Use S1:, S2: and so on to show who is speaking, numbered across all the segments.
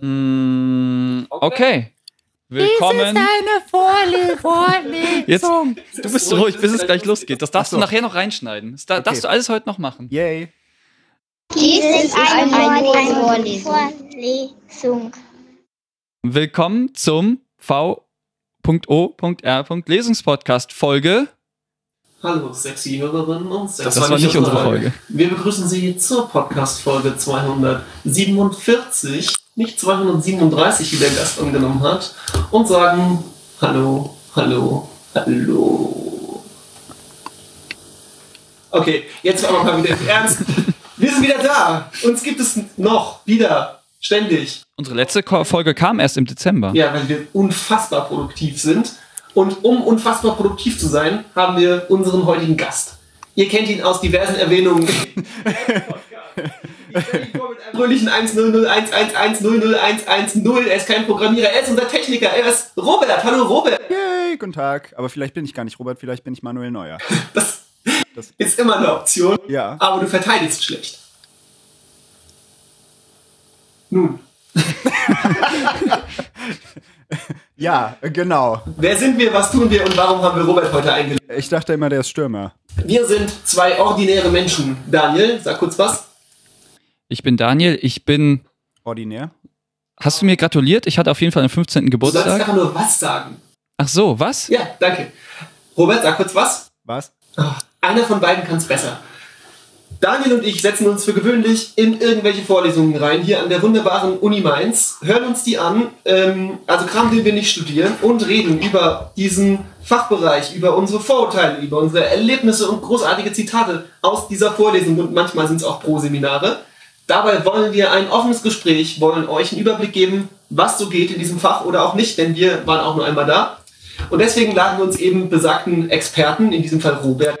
S1: Mm, Okay. Willkommen.
S2: eine Vorlesung.
S1: Jetzt, du bist ruhig, bis es gleich losgeht. Das darfst
S2: Ach so.
S1: du nachher noch reinschneiden. Das da-
S2: Okay.
S1: darfst du alles heute noch machen.
S2: Yay.
S3: Dies ist eine
S4: Vorlesung.
S3: Vorlesung.
S1: Willkommen zum V.O.R. Lesungspodcast Folge.
S5: Hallo, sexy Hörerinnen und sexy
S1: Das, war nicht unsere Folge.
S5: Wir begrüßen Sie zur Podcast-Folge 247, nicht 237, wie der Gast angenommen hat, und sagen Hallo, Hallo, Hallo. Okay, jetzt aber mal wieder im Ernst. Wir sind wieder da. Uns gibt es noch, wieder, ständig.
S1: Unsere letzte Ko- Folge kam erst im Dezember.
S5: Ja, weil wir unfassbar produktiv sind. Und um unfassbar produktiv zu sein, haben wir unseren heutigen Gast. Ihr kennt ihn aus diversen Erwähnungen. Ich stelle ihn vor mit einem Fröhlichen 100111001110. Er ist kein Programmierer, er ist unser Techniker. Er ist Robert. Hallo Robert.
S2: Yay, guten Tag. Aber vielleicht bin ich gar nicht Robert, vielleicht bin ich Manuel Neuer.
S5: Das ist immer eine Option,
S2: Ja.
S5: aber du verteidigst schlecht. Nun,
S2: Ja, genau.
S5: wer sind wir, was tun wir und warum haben wir Robert heute eingeladen?
S2: Ich dachte immer, der ist Stürmer.
S5: Wir sind zwei ordinäre Menschen. Daniel, sag kurz was.
S1: Ich bin Daniel, ich bin.
S2: Ordinär.
S1: Hast du mir gratuliert? Ich hatte auf jeden Fall den 15.
S5: Du sollst
S1: Geburtstag.
S5: einfach nur was sagen.
S1: Ach so, was?
S5: Ja, danke. Robert, sag kurz was.
S2: Was?
S5: Einer von beiden kann es besser. Daniel und ich setzen uns für gewöhnlich in irgendwelche Vorlesungen rein, hier an der wunderbaren Uni Mainz, hören uns die an, ähm, also Kram, den wir nicht studieren, und reden über diesen Fachbereich, über unsere Vorurteile, über unsere Erlebnisse und großartige Zitate aus dieser Vorlesung und manchmal sind es auch Pro-Seminare. Dabei wollen wir ein offenes Gespräch, wollen euch einen Überblick geben, was so geht in diesem Fach oder auch nicht, denn wir waren auch nur einmal da. Und deswegen laden wir uns eben besagten Experten, in diesem Fall Robert,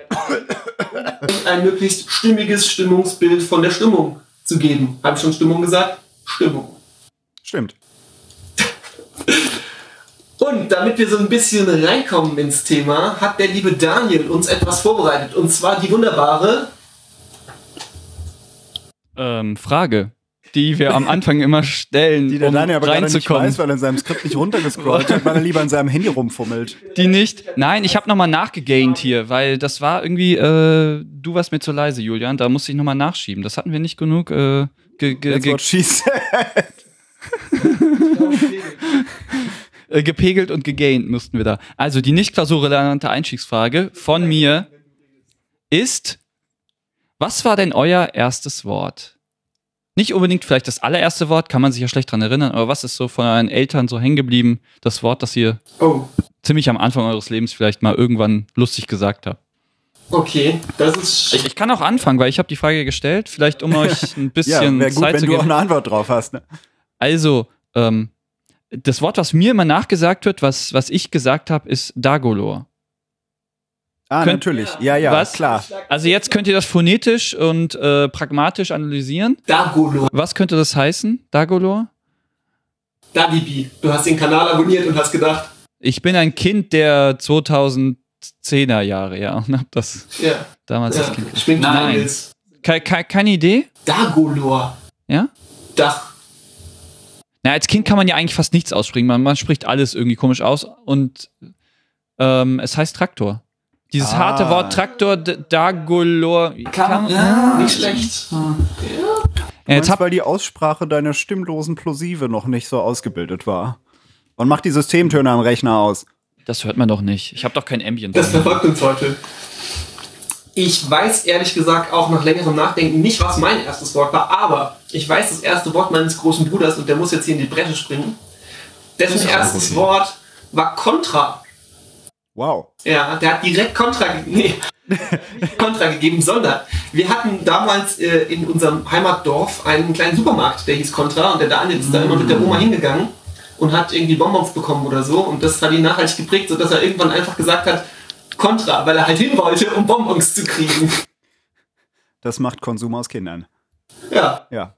S5: ein möglichst stimmiges Stimmungsbild von der Stimmung zu geben. Habe ich schon Stimmung gesagt? Stimmung.
S2: Stimmt.
S5: Und damit wir so ein bisschen reinkommen ins Thema, hat der liebe Daniel uns etwas vorbereitet. Und zwar die wunderbare.
S1: Ähm, Frage, die wir am Anfang immer stellen,
S2: Die der
S1: um
S2: Daniel aber gerade nicht
S1: reinzukommen.
S2: weiß, weil er in seinem Skript nicht runtergescrollt hat, weil er lieber an seinem Handy rumfummelt.
S1: Die nicht. Nein, ich habe nochmal nachgegaint hier, weil das war irgendwie, äh, du warst mir zu leise, Julian. Da musste ich nochmal nachschieben. Das hatten wir nicht genug. Äh, ge ge
S2: That's
S1: ge
S2: what she said.
S1: äh, gepegelt und gegaint mussten wir da. Also die nicht klausurrelevante Einstiegsfrage von mir ist: Was war denn euer erstes Wort? Nicht unbedingt vielleicht das allererste Wort, kann man sich ja schlecht dran erinnern, aber was ist so von euren Eltern so hängen geblieben? Das Wort, das ihr
S5: Oh,
S1: ziemlich am Anfang eures Lebens vielleicht mal irgendwann lustig gesagt habt.
S5: okay. Das ist.
S1: Ich, ich kann auch anfangen, weil ich habe die Frage gestellt, vielleicht um euch ein
S2: Ja,
S1: bisschen
S2: wäre gut,
S1: Zeit
S2: wenn
S1: zu
S2: du auch
S1: geben.
S2: eine Antwort drauf hast. Ne?
S1: Also, ähm, das Wort, was mir immer nachgesagt wird, was, was ich gesagt habe, ist Dagolor.
S2: Ah,
S1: Könnt-
S2: natürlich. Ja, ja,
S1: Was?
S2: klar.
S1: Also jetzt könnt ihr das phonetisch und äh, pragmatisch analysieren.
S5: Dagolo.
S1: Was könnte das heißen, Dagolor?
S5: Dagibi. Du hast den Kanal abonniert und hast gedacht,
S1: Ich bin ein Kind der 2010er Jahre, ja, und hab das
S5: ja.
S1: damals als
S5: ja
S1: Kind.
S5: schwingt
S1: Nein.
S5: einiges.
S1: Ke ke keine Idee?
S5: Dagolor.
S1: Ja?
S5: Dach.
S1: Na, als Kind kann man ja eigentlich fast nichts aussprechen. Man, man spricht alles irgendwie komisch aus und ähm, es heißt Traktor. Dieses
S2: Ah.
S1: harte Wort Traktor, D- Dagolor. Kann,
S5: Ja, nicht schlecht.
S1: ja, jetzt
S2: Meinst,
S1: hab,
S2: weil die Aussprache deiner stimmlosen Plosive noch nicht so ausgebildet war. Und macht die Systemtöne am Rechner aus.
S1: das hört man doch nicht. Ich habe doch kein Ambient.
S5: Das verfolgt uns heute. Ich weiß ehrlich gesagt auch nach längerem Nachdenken nicht, was mein erstes Wort war, aber ich weiß das erste Wort meines großen Bruders und der muss jetzt hier in die Bresche springen. Dessen erstes Wort war Contra.
S2: Wow.
S5: Ja, der hat direkt Contra gegeben. Nee, nicht Contra gegeben, sondern wir hatten damals äh, in unserem Heimatdorf einen kleinen Supermarkt, der hieß Contra und der Daniel ist da immer mit der Oma hingegangen und hat irgendwie Bonbons bekommen oder so und das hat ihn nachhaltig geprägt, sodass er irgendwann einfach gesagt hat, Contra, weil er halt hin wollte, um Bonbons zu kriegen.
S2: Das macht Konsum aus Kindern.
S5: Ja,
S2: Ja.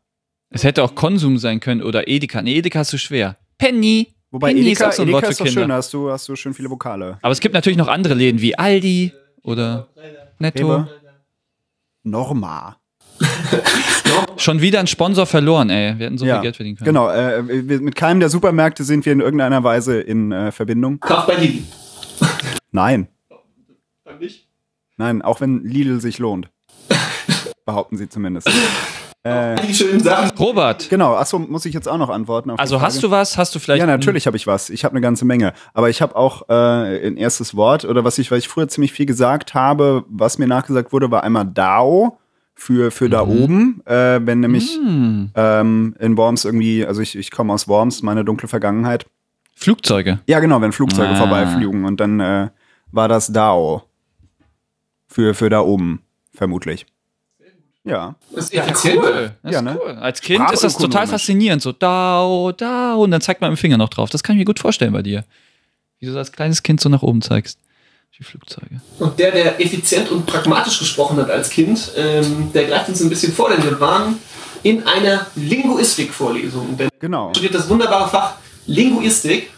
S1: Es hätte auch Konsum sein können oder Edeka. Nee, Edeka ist zu schwer. Penny.
S2: Wobei
S1: Penny
S2: Edeka,
S1: so ein
S2: Edeka
S1: Wort
S2: ist
S1: für
S2: doch
S1: Kinder.
S2: schön, da hast du, hast du schön viele Vokale.
S1: Aber es gibt natürlich noch andere Läden wie Aldi oder Netto.
S2: Rewe. Norma.
S1: Schon wieder einen Sponsor verloren, ey. Wir hätten so
S2: ja,
S1: viel Geld verdienen können.
S2: genau. Äh, wir, mit keinem der Supermärkte sind wir in irgendeiner Weise in äh, Verbindung.
S5: Kauf bei Lidl.
S2: Nein,
S5: Dann nicht.
S2: nein, auch wenn Lidl sich lohnt. Behaupten sie zumindest. Äh,
S5: Die schönen Sachen.
S1: Robert,
S2: genau, achso, muss ich jetzt auch noch antworten. auf die
S1: also
S2: Frage?
S1: hast du was? Hast du vielleicht.
S2: Ja, natürlich habe ich was. Ich habe eine ganze Menge. Aber ich habe auch äh, ein erstes Wort oder was ich, weil ich früher ziemlich viel gesagt habe, was mir nachgesagt wurde, war einmal DAO für, für da
S1: Mhm.
S2: oben. Äh, wenn nämlich
S1: Hm,
S2: ähm, in Worms irgendwie, also ich, ich komme aus Worms, meine dunkle Vergangenheit.
S1: Flugzeuge.
S2: Ja, genau, wenn Flugzeuge
S1: Ah.
S2: vorbeifliegen und dann äh, war das DAO. Für, für da oben, vermutlich. Ja.
S5: Das ist effizient.
S1: Das
S2: Ja,
S1: ist
S2: ne?
S1: cool. Als Kind ist das
S2: Sprachökonomisch.
S1: total faszinierend. So dau, dau. Und dann zeigt man mit dem Finger noch drauf. Das kann ich mir gut vorstellen bei dir. Wie du so als kleines Kind so nach oben zeigst. Die Flugzeuge.
S5: Und der, der effizient und pragmatisch gesprochen hat als Kind, ähm, der greift uns ein bisschen vor, denn wir waren in einer Linguistik-Vorlesung. Denn
S2: Genau.
S5: studiert das wunderbare Fach Linguistik.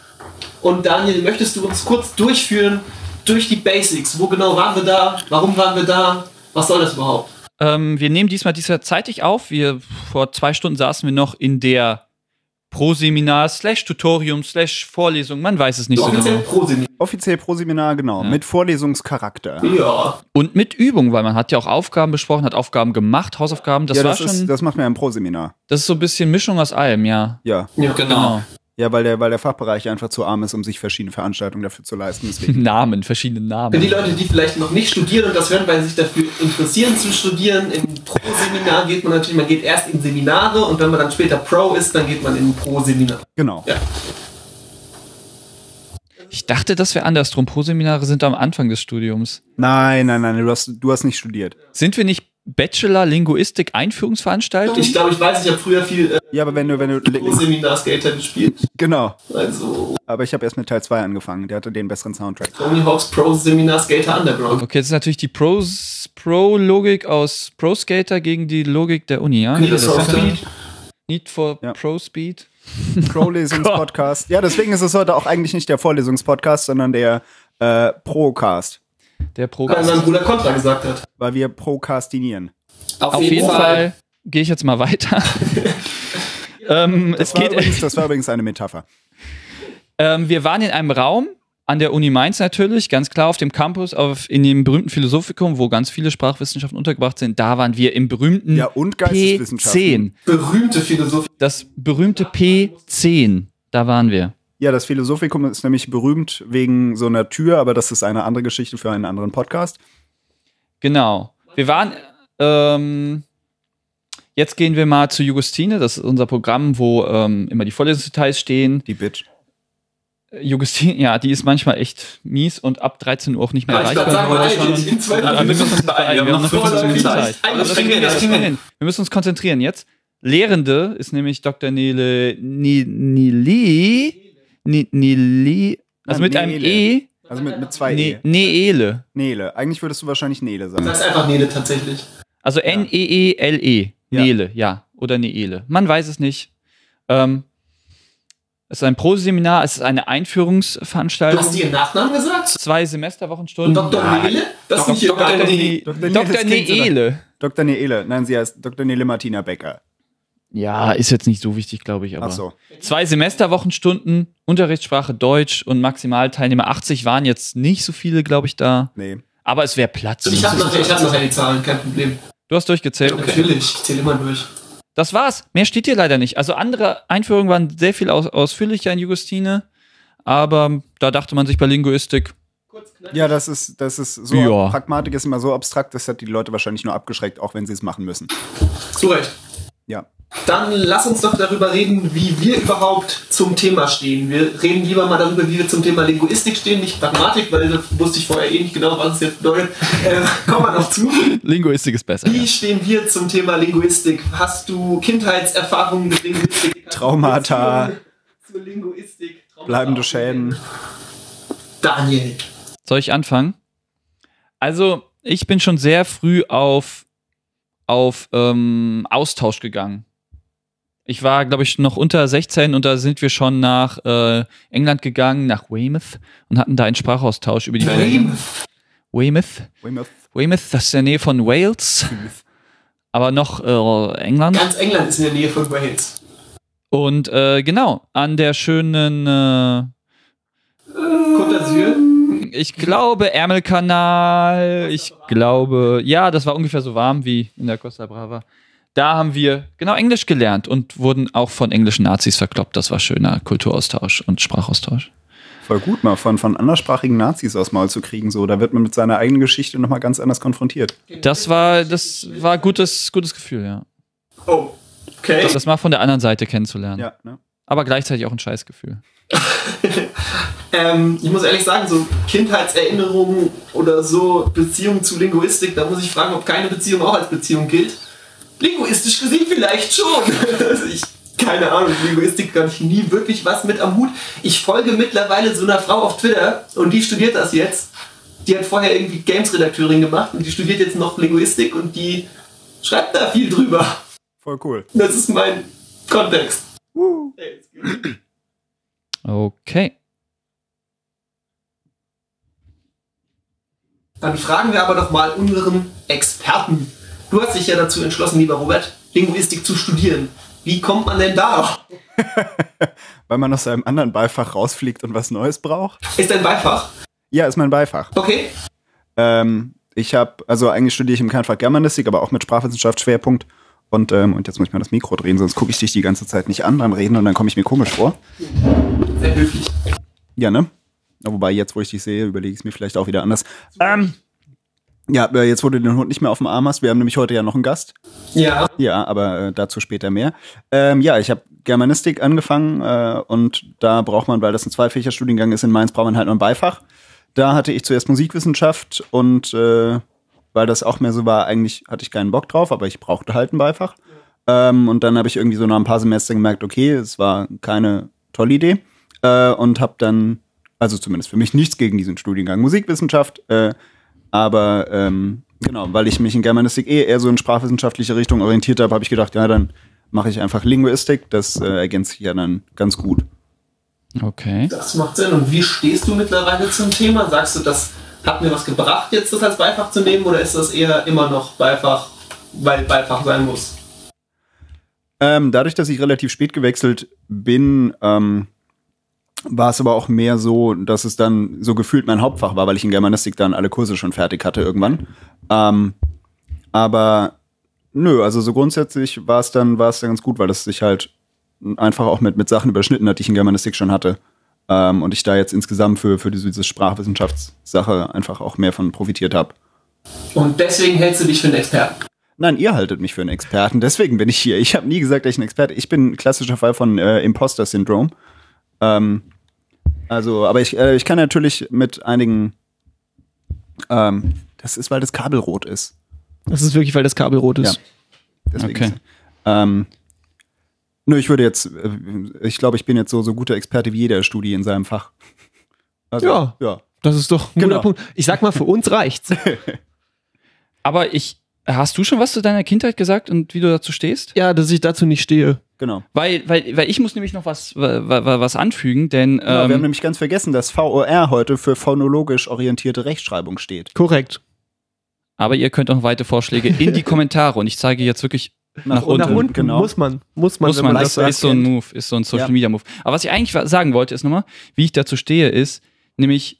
S5: Und Daniel, möchtest du uns kurz durchführen durch die Basics? Wo genau waren wir da? Warum waren wir da? Was soll das überhaupt?
S1: Ähm, wir nehmen diesmal diesmal zeitig auf. Wir vor zwei Stunden saßen wir noch in der Proseminar slash Tutorium slash Vorlesung. Man weiß es nicht so
S5: Offiziell
S1: genau.
S5: Prosemi.
S2: Offiziell pro Seminar, genau. Mit Vorlesungscharakter.
S5: Ja.
S1: Und mit Übung, weil man hat ja auch Aufgaben besprochen, hat Aufgaben gemacht, Hausaufgaben. Das
S2: ja,
S1: war
S2: das,
S1: schon.
S2: ist, das macht mir ein Pro-Seminar.
S1: das ist so ein bisschen Mischung aus allem, ja.
S2: Ja.
S5: ja.
S1: Genau.
S2: Ja, weil der, weil der Fachbereich einfach zu arm ist, um sich verschiedene Veranstaltungen dafür zu leisten. Deswegen.
S1: Genau. Namen, verschiedene Namen.
S5: Für die Leute, die vielleicht noch nicht studieren und das hören, weil sie sich dafür interessieren zu studieren, im Pro-Seminar geht man natürlich, man geht erst in Seminare und wenn man dann später Pro ist, dann geht man in ein Pro-Seminar.
S2: genau.
S5: Ja.
S1: Ich dachte, das wäre andersrum. Proseminare sind am Anfang des Studiums.
S2: Nein, nein, nein, du hast, du hast nicht studiert.
S1: Sind wir nicht Bachelor Linguistik Einführungsveranstaltung?
S5: Ich glaube, ich weiß, ich habe früher viel äh,
S2: Ja, aber wenn du, wenn du.
S5: Pro-Seminar-Skater gespielt.
S2: Genau.
S5: Also,
S2: Aber ich habe erst mit Teil 2 angefangen. Der hatte den besseren Soundtrack.
S5: Tony Hawks Pro-Seminar-Skater Underground.
S1: Okay, das ist natürlich die Pros, Pro-Logik aus Pro-Skater gegen die Logik der Uni, ja? Also
S5: Need
S1: Das
S5: for
S1: ist-
S5: Speed.
S1: Need for
S2: Ja.
S1: Pro-Speed. Oh
S2: Pro-Lesungspodcast. ja, deswegen ist es heute auch eigentlich nicht der Vorlesungspodcast, sondern der äh, Procast.
S1: Der pro
S5: Weil mein Bruder Contra gesagt hat.
S2: Weil wir procrastinieren.
S1: Auf jeden Fall, gehe ich jetzt mal weiter. ähm, es
S2: Das war
S1: geht,
S2: übrigens, das war übrigens eine Metapher.
S1: ähm, wir waren in einem Raum an der Uni Mainz natürlich, ganz klar auf dem Campus, auf, in dem berühmten Philosophikum, wo ganz viele Sprachwissenschaften untergebracht sind. Da waren wir im berühmten
S2: Ja, und Geisteswissenschaften.
S1: P10.
S5: Berühmte Philosophie.
S1: Das berühmte P10. Da waren wir.
S2: Ja, das Philosophikum ist nämlich berühmt wegen so einer Tür, aber das ist eine andere Geschichte für einen anderen Podcast.
S1: Genau. Wir waren. Ähm, jetzt gehen wir mal zu Jugustine. Das ist unser Programm, wo ähm, immer die Vorlesungsdetails stehen.
S2: Die Bitch.
S1: Jugustine, ja, die ist manchmal echt mies und ab 13 Uhr auch nicht mehr
S5: Ja, ich glaub,
S1: erreichbar.
S5: sagen wir
S6: schon-
S5: eigentlich in zwei
S6: Ja, wir müssen uns beeilen. Wir haben noch 15 Minuten Zeit.
S5: Aber
S1: Das
S5: das
S1: kriegen wir, das kriegen wir hin. Wir müssen uns konzentrieren jetzt. Lehrende ist nämlich Dr. Nele Ni- Nili. Ni- Nili. Also
S2: Na,
S1: mit einem
S2: Ah, Nele.
S1: E.
S2: Also mit, mit zwei
S1: Ne-
S2: E.
S1: Neele.
S2: Nele. Eigentlich würdest du wahrscheinlich Nele sagen.
S5: Sag's einfach Nele tatsächlich.
S1: Also N-E-E-L-E.
S2: Ja.
S1: Nele, E. ja. Oder Neele. Man weiß es nicht. Ähm, es ist ein Proseminar, es ist eine
S5: Du hast
S1: Einführungsveranstaltung.
S5: ihren Nachnamen gesagt?
S1: Zwei
S5: Und
S1: Semesterwochenstunden.
S5: Dr. Nele? Das ist nicht ihr
S1: Dr.
S5: Name.
S1: Ne
S2: Dr.
S1: Dr.
S2: Nele, das klingt so
S1: Neele.
S2: Dr. Nele. Nein, sie heißt Dr. Nele Martina Becker.
S1: Ja, ist jetzt nicht so wichtig, glaube ich. Aber
S2: Ach so.
S1: Zwei Semesterwochenstunden, Unterrichtssprache Deutsch und Maximalteilnehmer 80 waren jetzt nicht so viele, glaube ich, da.
S2: Nee.
S1: Aber es wäre Platz.
S5: Ich hab nachher, ich hab nachher die Zahlen, kein Problem.
S1: Du hast durchgezählt.
S5: Natürlich, ich zähle immer durch.
S1: Das war's. Mehr steht hier leider nicht. Also andere Einführungen waren sehr viel aus ausführlicher in Jugustine, aber da dachte man sich bei Linguistik,
S2: Ja, das ist, das ist so.
S1: Ja.
S2: Pragmatik ist immer so abstrakt, das hat die Leute wahrscheinlich nur abgeschreckt, auch wenn sie es machen müssen.
S5: Zu Recht.
S2: Ja.
S5: Dann lass uns doch darüber reden, wie wir überhaupt zum Thema stehen. Wir reden lieber mal darüber, wie wir zum Thema Linguistik stehen, nicht Pragmatik, weil das wusste ich vorher eh nicht genau, was es jetzt bedeutet. Äh, kommen wir noch zu.
S1: Linguistik ist besser.
S5: Wie stehen wir zum Thema Linguistik? Hast du Kindheitserfahrungen mit Linguistik?
S2: Traumata.
S5: Beziehungen Zur Linguistik. Traumata.
S2: Bleibende Schäden.
S5: Daniel.
S1: Soll ich anfangen? Also, ich bin schon sehr früh auf, auf ähm, Austausch gegangen. Ich war, glaube ich, noch unter 16 und da sind wir schon nach äh, England gegangen, nach Weymouth und hatten da einen Sprachaustausch über die
S5: Weymouth.
S1: Weymouth.
S2: Weymouth.
S1: Weymouth, das ist in der Nähe von Wales. aber noch äh, England.
S5: Ganz England ist in der Nähe von Wales.
S1: Und äh, genau, an der schönen, äh,
S5: Côte d'Azur.
S1: ich glaube, Ärmelkanal, ich glaube, ja, das war ungefähr so warm wie in der Costa Brava. Da haben wir genau Englisch gelernt und wurden auch von englischen Nazis verkloppt. Das war schöner Kulturaustausch und Sprachaustausch.
S2: Voll gut, mal von, von anderssprachigen Nazis aus Maul zu kriegen. So, da wird man mit seiner eigenen Geschichte nochmal ganz anders konfrontiert.
S1: Das war, das war gutes, gutes Gefühl, ja.
S5: Oh, okay.
S1: Das mal von der anderen Seite kennenzulernen.
S2: Ja, ne?
S1: Aber gleichzeitig auch ein Scheißgefühl.
S5: Ähm, ich muss ehrlich sagen, so Kindheitserinnerungen oder so Beziehung zu Linguistik, da muss ich fragen, ob keine Beziehung auch als Beziehung gilt. Linguistisch gesehen vielleicht schon. Also ich, keine Ahnung, mit Linguistik kann ich nie wirklich was mit am Hut. Ich folge mittlerweile so einer Frau auf Twitter und die studiert das jetzt. Die hat vorher irgendwie Games-Redakteurin gemacht und die studiert jetzt noch Linguistik und die schreibt da viel drüber.
S2: Voll cool.
S5: Das ist mein Kontext. Ey, es geht.
S1: Okay.
S5: Dann fragen wir aber doch mal unseren Experten. Du hast dich ja dazu entschlossen, lieber Robert, Linguistik zu studieren. Wie kommt man denn da?
S2: Weil man aus seinem anderen Beifach rausfliegt und was Neues braucht.
S5: Ist dein Beifach?
S2: Ja, ist mein Beifach.
S5: Okay.
S2: Ähm, ich habe, also eigentlich studiere ich im Kernfach Germanistik, aber auch mit Sprachwissenschaft Schwerpunkt. Und, ähm, und jetzt muss ich mal das Mikro drehen, sonst gucke ich dich die ganze Zeit nicht an beim Reden und dann komme ich mir komisch vor.
S5: Sehr höflich.
S2: Ja, ne? Na, wobei, jetzt, wo ich dich sehe, überlege ich es mir vielleicht auch wieder anders. Ähm, ja, äh, jetzt, wo du den Hund nicht mehr auf dem Arm hast, wir haben nämlich heute ja noch einen Gast.
S5: Ja.
S2: Ja, aber äh, dazu später mehr. Ähm, ja, ich habe Germanistik angefangen äh, und da braucht man, weil das ein Zweifächerstudiengang ist in Mainz, braucht man halt noch ein Beifach. Da hatte ich zuerst Musikwissenschaft und äh, weil das auch mehr so war, eigentlich hatte ich keinen Bock drauf, aber ich brauchte halt ein Beifach. Ähm, und dann habe ich irgendwie so nach ein paar Semestern gemerkt, okay, es war keine tolle Idee äh, und habe dann, also zumindest für mich nichts gegen diesen Studiengang Musikwissenschaft, äh, aber ähm, genau, weil ich mich in Germanistik eh eher so in sprachwissenschaftliche Richtung orientiert habe, habe ich gedacht, ja, dann mache ich einfach Linguistik. Das äh, ergänzt sich ja dann ganz gut.
S1: Okay.
S5: Das macht Sinn. Und wie stehst du mittlerweile zum Thema? Sagst du, das hat mir was gebracht, jetzt das als Beifach zu nehmen, oder ist das eher immer noch Beifach, weil Beifach sein muss?
S2: Ähm, dadurch, dass ich relativ spät gewechselt bin, ähm, war es aber auch mehr so, dass es dann so gefühlt mein Hauptfach war, weil ich in Germanistik dann alle Kurse schon fertig hatte irgendwann. Ähm, aber nö, also so grundsätzlich war es dann, war es dann ganz gut, weil das sich halt einfach auch mit, mit Sachen überschnitten hat, die ich in Germanistik schon hatte. Ähm, und ich da jetzt insgesamt für, für diese, diese Sprachwissenschaftssache einfach auch mehr von profitiert habe.
S5: Und deswegen hältst du dich für einen Experten.
S2: Nein, ihr haltet mich für einen Experten, deswegen bin ich hier. Ich habe nie gesagt, dass ich ein Experte Ich bin ein klassischer Fall von äh, Imposter-Syndrom. Ähm, also, aber ich, äh, ich kann natürlich mit einigen. Ähm, das ist, weil das Kabel rot ist.
S7: Das ist wirklich, weil das Kabel rot ist.
S2: Ja. Deswegen.
S1: Okay.
S2: Ähm, nö, ich würde jetzt, äh, ich glaube, ich bin jetzt so, so guter Experte wie jeder Studi in seinem Fach. Also,
S7: Ja.
S2: ja.
S7: Das ist doch ein
S2: Genau.
S7: guter Punkt. Ich sag mal, für uns reicht's.
S1: Aber ich, hast du schon was zu deiner Kindheit gesagt und wie du dazu stehst?
S7: ja, dass ich dazu nicht stehe.
S2: Genau.
S1: Weil, weil, weil ich muss nämlich noch was, wa- wa- was anfügen, denn
S2: genau wir haben
S1: ähm,
S2: nämlich ganz vergessen, dass VOR heute für phonologisch orientierte Rechtschreibung steht.
S7: Korrekt.
S1: aber ihr könnt auch weitere Vorschläge in die Kommentare und ich zeige jetzt wirklich nach,
S2: unten,
S1: unten.
S7: Nach unten
S2: genau.
S7: muss man. Muss man,
S1: Muss
S7: wenn
S1: man,
S7: das
S1: das
S7: sagt.
S1: ist so ein Move, ist so ein Social
S2: Ja.
S1: Media Move. Aber was ich eigentlich wa- sagen wollte, ist nochmal, wie ich dazu stehe, ist nämlich,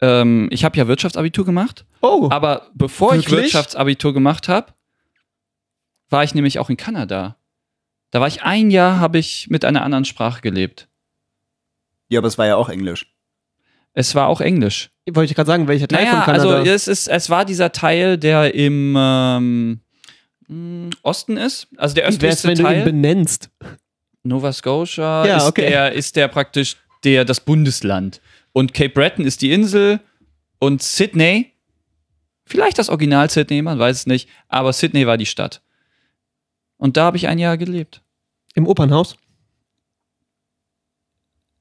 S1: ähm, ich habe ja Wirtschaftsabitur gemacht,
S7: Oh,
S1: aber bevor ich
S7: Wirklich?
S1: Wirtschaftsabitur gemacht habe, war ich nämlich auch in Kanada. Da war ich ein Jahr, habe ich mit einer anderen Sprache gelebt.
S2: Ja, aber es war ja auch Englisch.
S1: Es war auch Englisch.
S7: wollte ich gerade sagen, welcher Teil von
S1: Naja,
S7: Kanada?
S1: also es, ist, es war dieser Teil, der im ähm, mh, Osten ist, also der
S7: Wie wär's,
S1: östlichste
S7: wenn du ihn
S1: Teil.
S7: benennst?
S1: Nova Scotia
S7: Ja,
S1: ist,
S7: okay.
S1: der, ist der praktisch der, das Bundesland. Und Cape Breton ist die Insel und Sydney, vielleicht das Original Sydney, man weiß es nicht, aber Sydney war die Stadt. Und da habe ich ein Jahr gelebt.
S7: Im Opernhaus?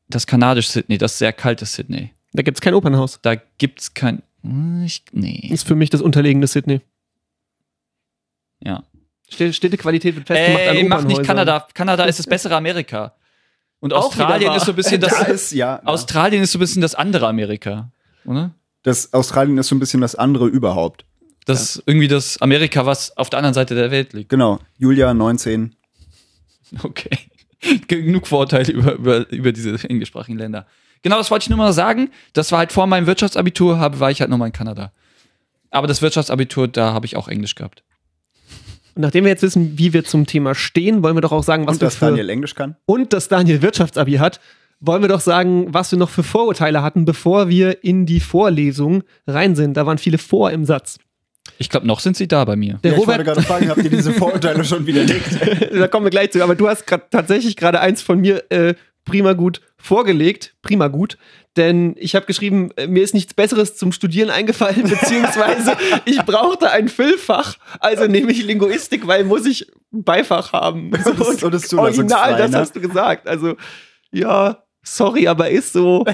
S1: Das kanadische Sydney, das sehr kalte Sydney.
S7: Da gibt's kein Opernhaus.
S1: Da gibt's kein. Hm, Ich, nee.
S7: Ist für mich das unterlegene Sydney.
S1: Ja.
S7: Ste- Städtequalität wird festgemacht
S1: Ey,
S7: an
S1: mach Äh, nicht
S7: Opernhäusern.
S1: Kanada. Kanada ist das bessere Amerika. Und
S7: Auch wieder
S1: Australien
S7: wahr.
S1: ist so ein bisschen das.
S2: da ist, ja. ja.
S1: Australien ist so ein bisschen das andere Amerika, oder?
S2: Das Australien ist so ein bisschen das andere überhaupt.
S1: Das ist irgendwie das Amerika, was auf der anderen Seite der Welt liegt.
S2: Genau, Julia 19.
S1: Okay. Genug Vorurteile über, über, über diese englischsprachigen Länder. Genau, das wollte ich nur mal sagen. Das war halt vor meinem Wirtschaftsabitur, habe, war ich halt nochmal in Kanada. Aber das Wirtschaftsabitur, da habe ich auch Englisch gehabt.
S7: Und nachdem wir jetzt wissen, wie wir zum Thema stehen, wollen wir doch auch sagen, was
S2: Und
S7: wir
S2: dass
S7: für
S2: Daniel Englisch kann.
S7: und dass Daniel Wirtschaftsabi hat, wollen wir doch sagen, was wir noch für Vorurteile hatten, bevor wir in die Vorlesung rein sind. Da waren viele vor im Satz.
S1: Ich glaube, noch sind sie da bei mir.
S7: Der
S2: ja, ich wollte
S7: Robert,
S2: gerade fragen, habt ihr diese Vorurteile schon widerlegt?
S7: da kommen wir gleich zu, aber du hast grad, tatsächlich gerade eins von mir äh, prima gut vorgelegt, prima gut, denn ich habe geschrieben, äh, mir ist nichts Besseres zum Studieren eingefallen, beziehungsweise ich brauchte ein Füllfach, also nehme ich Linguistik, weil muss ich ein Beifach haben.
S2: Und das- und das ist zulassungsfrei,
S7: Original, das
S2: ne?
S7: hast du gesagt. Also, ja, sorry, aber ist so.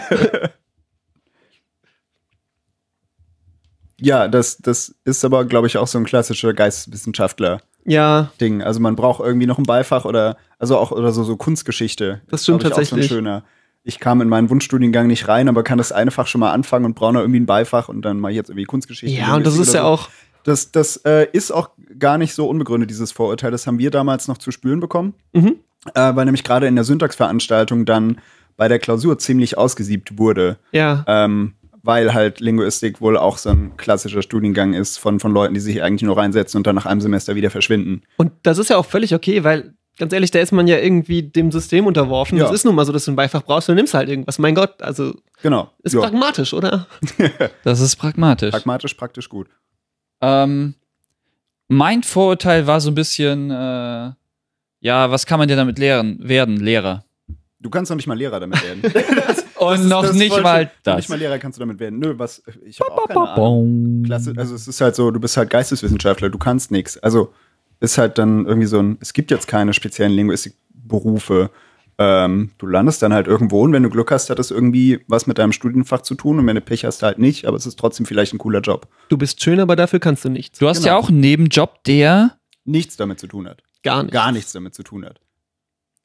S2: Ja, das, das ist aber, glaube ich, auch so ein klassischer Geisteswissenschaftler.
S7: Ja,
S2: Ding. Also man braucht irgendwie noch ein Beifach oder also auch oder so, so Kunstgeschichte.
S7: Das stimmt
S2: Glaub ich,
S7: tatsächlich.
S2: Auch so ein schöner. Ich kam in meinen Wunschstudiengang nicht rein, aber kann das eine Fach schon mal anfangen und brauche noch irgendwie ein Beifach und dann mal jetzt irgendwie Kunstgeschichte.
S7: ja, und das
S2: Linguistik
S7: ist
S2: oder
S7: ja
S2: so.
S7: auch,
S2: Das, das äh, ist auch gar nicht so unbegründet, dieses Vorurteil. Das haben wir damals noch zu spüren bekommen,
S7: Mhm.
S2: äh, weil nämlich gerade in der Syntaxveranstaltung dann bei der Klausur ziemlich ausgesiebt wurde,
S7: ja,
S2: ähm, weil halt Linguistik wohl auch so ein klassischer Studiengang ist von, von Leuten, die sich eigentlich nur reinsetzen und dann nach einem Semester wieder verschwinden.
S7: Und das ist ja auch völlig okay, weil ganz ehrlich, da ist man ja irgendwie dem System unterworfen.
S2: Ja.
S7: Das ist nun mal so, dass du ein Beifach brauchst, dann nimmst du halt irgendwas. Mein Gott, also
S2: Genau.
S7: ist
S2: Ja.
S7: pragmatisch, oder?
S1: Das ist pragmatisch.
S2: Pragmatisch, praktisch gut.
S1: Ähm, mein Vorurteil war so ein bisschen, äh, ja, was kann man denn damit lehren, werden, Lehrer?
S2: Du kannst noch nicht mal Lehrer damit werden.
S1: Und noch
S2: Oh, Das ist
S1: nicht
S2: voll
S1: mal
S2: schön. Noch
S1: das.
S2: nicht mal Lehrer kannst du damit werden. Nö, was, ich habe auch keine Ahnung. Klasse, also es ist halt so, du bist halt Geisteswissenschaftler, du kannst nichts. Also ist halt dann irgendwie so ein, es gibt jetzt keine speziellen Linguistikberufe. Ähm, du landest dann halt irgendwo und wenn du Glück hast, hat das irgendwie was mit deinem Studienfach zu tun und wenn du Pech hast, halt nicht, aber es ist trotzdem vielleicht ein cooler Job.
S7: Du bist schön, aber dafür kannst du nichts.
S1: Du hast ja
S2: Genau.
S1: auch einen Nebenjob, der.
S2: Nichts damit zu tun hat.
S7: Gar nicht.
S2: Gar nichts damit zu tun hat.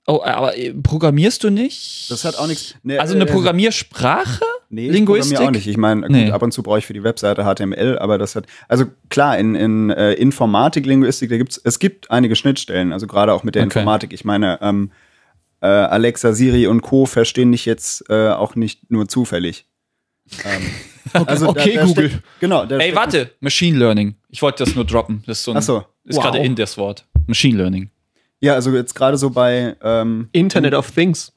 S1: Oh, aber äh, programmierst du nicht?
S2: Das hat auch nichts. Nee,
S1: Also eine
S2: äh,
S1: Programmiersprache?
S2: Nee,
S1: Linguistik?
S2: Ich programmiere auch nicht. Ich meine, gut,
S1: Nee.
S2: ab und zu brauche ich für die Webseite HTML, aber das hat, also klar, in, in äh, Informatik, Linguistik, da gibt's, es gibt einige Schnittstellen, also gerade auch mit der
S1: Okay.
S2: Informatik. Ich meine, ähm, äh, Alexa, Siri und Co. verstehen dich jetzt äh, auch nicht nur zufällig. Ähm, also
S1: okay, Google.
S2: Steckt, genau. Da
S1: Ey,
S2: steckt-
S1: warte, Machine Learning. Ich wollte das nur droppen. Das ist, so ein,
S2: Ach so.
S1: ist
S7: Wow.
S1: gerade in das Wort. Machine Learning.
S2: Ja, also jetzt gerade so bei, ähm,
S7: Internet of Things.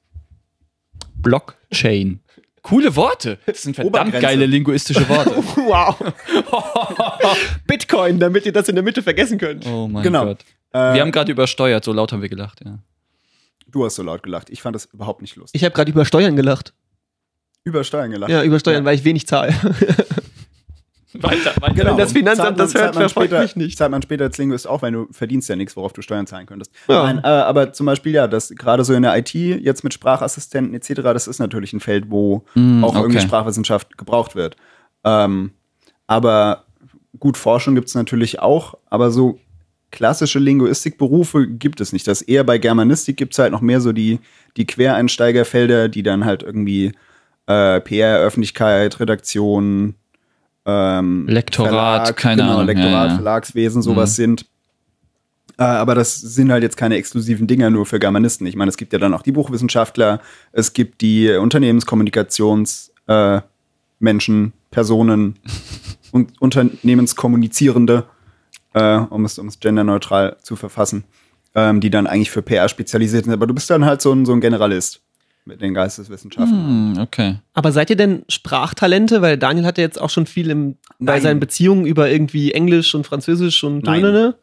S1: Blockchain. Coole Worte. Das sind verdammt
S2: Obergrenze.
S1: geile linguistische Worte.
S7: Wow. Bitcoin, damit ihr das in der Mitte vergessen könnt.
S1: Oh mein
S2: Genau.
S1: Gott.
S2: äh,
S1: Wir haben gerade übersteuert, so laut haben wir gelacht, ja.
S2: du hast so laut gelacht. Ich fand das überhaupt nicht lustig.
S7: Ich habe gerade über Steuern gelacht.
S2: Über Steuern gelacht.
S7: Ja, über Steuern,
S2: Ja.
S7: weil ich wenig zahle.
S1: Weiter, weiter.
S2: Genau.
S7: das Finanzamt
S2: Zahlt
S7: das
S2: man-
S7: hört,
S2: zahlt man
S7: verfolgt
S2: später,
S7: mich nicht.
S2: Zahlt man später als Linguist auch, weil du verdienst ja nichts, worauf du Steuern zahlen könntest.
S7: Ja.
S2: Nein, äh, aber zum Beispiel, ja, das gerade so in der IT, jetzt mit Sprachassistenten etc., das ist natürlich ein Feld, wo
S1: Mm,
S2: auch irgendwie
S1: okay.
S2: Sprachwissenschaft gebraucht wird. Ähm, aber gut, Forschung gibt es natürlich auch, aber so klassische Linguistikberufe gibt es nicht. Das eher bei Germanistik gibt es halt noch mehr so die, die Quereinsteigerfelder, die dann halt irgendwie äh, PR, Öffentlichkeit, Redaktion, ähm,
S1: Lektorat, keine
S2: genau,
S1: Ahnung,
S2: Lektorat,
S1: ja, Mhm. ja.
S2: Verlagswesen, sowas sind. Äh, aber das sind halt jetzt keine exklusiven Dinger nur für Germanisten. Ich meine, es gibt ja dann auch die Buchwissenschaftler, es gibt die Unternehmenskommunikations äh, Menschen, Personen und Unternehmenskommunizierende, äh, um, es, um es genderneutral zu verfassen, ähm, die dann eigentlich für PR spezialisiert sind. Aber du bist dann halt so ein, so ein Generalist mit den Geisteswissenschaften.
S1: Hm, okay.
S7: Aber seid ihr denn Sprachtalente? Weil Daniel hatte jetzt auch schon viel im, bei
S2: Nein.
S7: seinen Beziehungen über irgendwie Englisch und Französisch und ne?
S2: Nein.
S7: Dönene.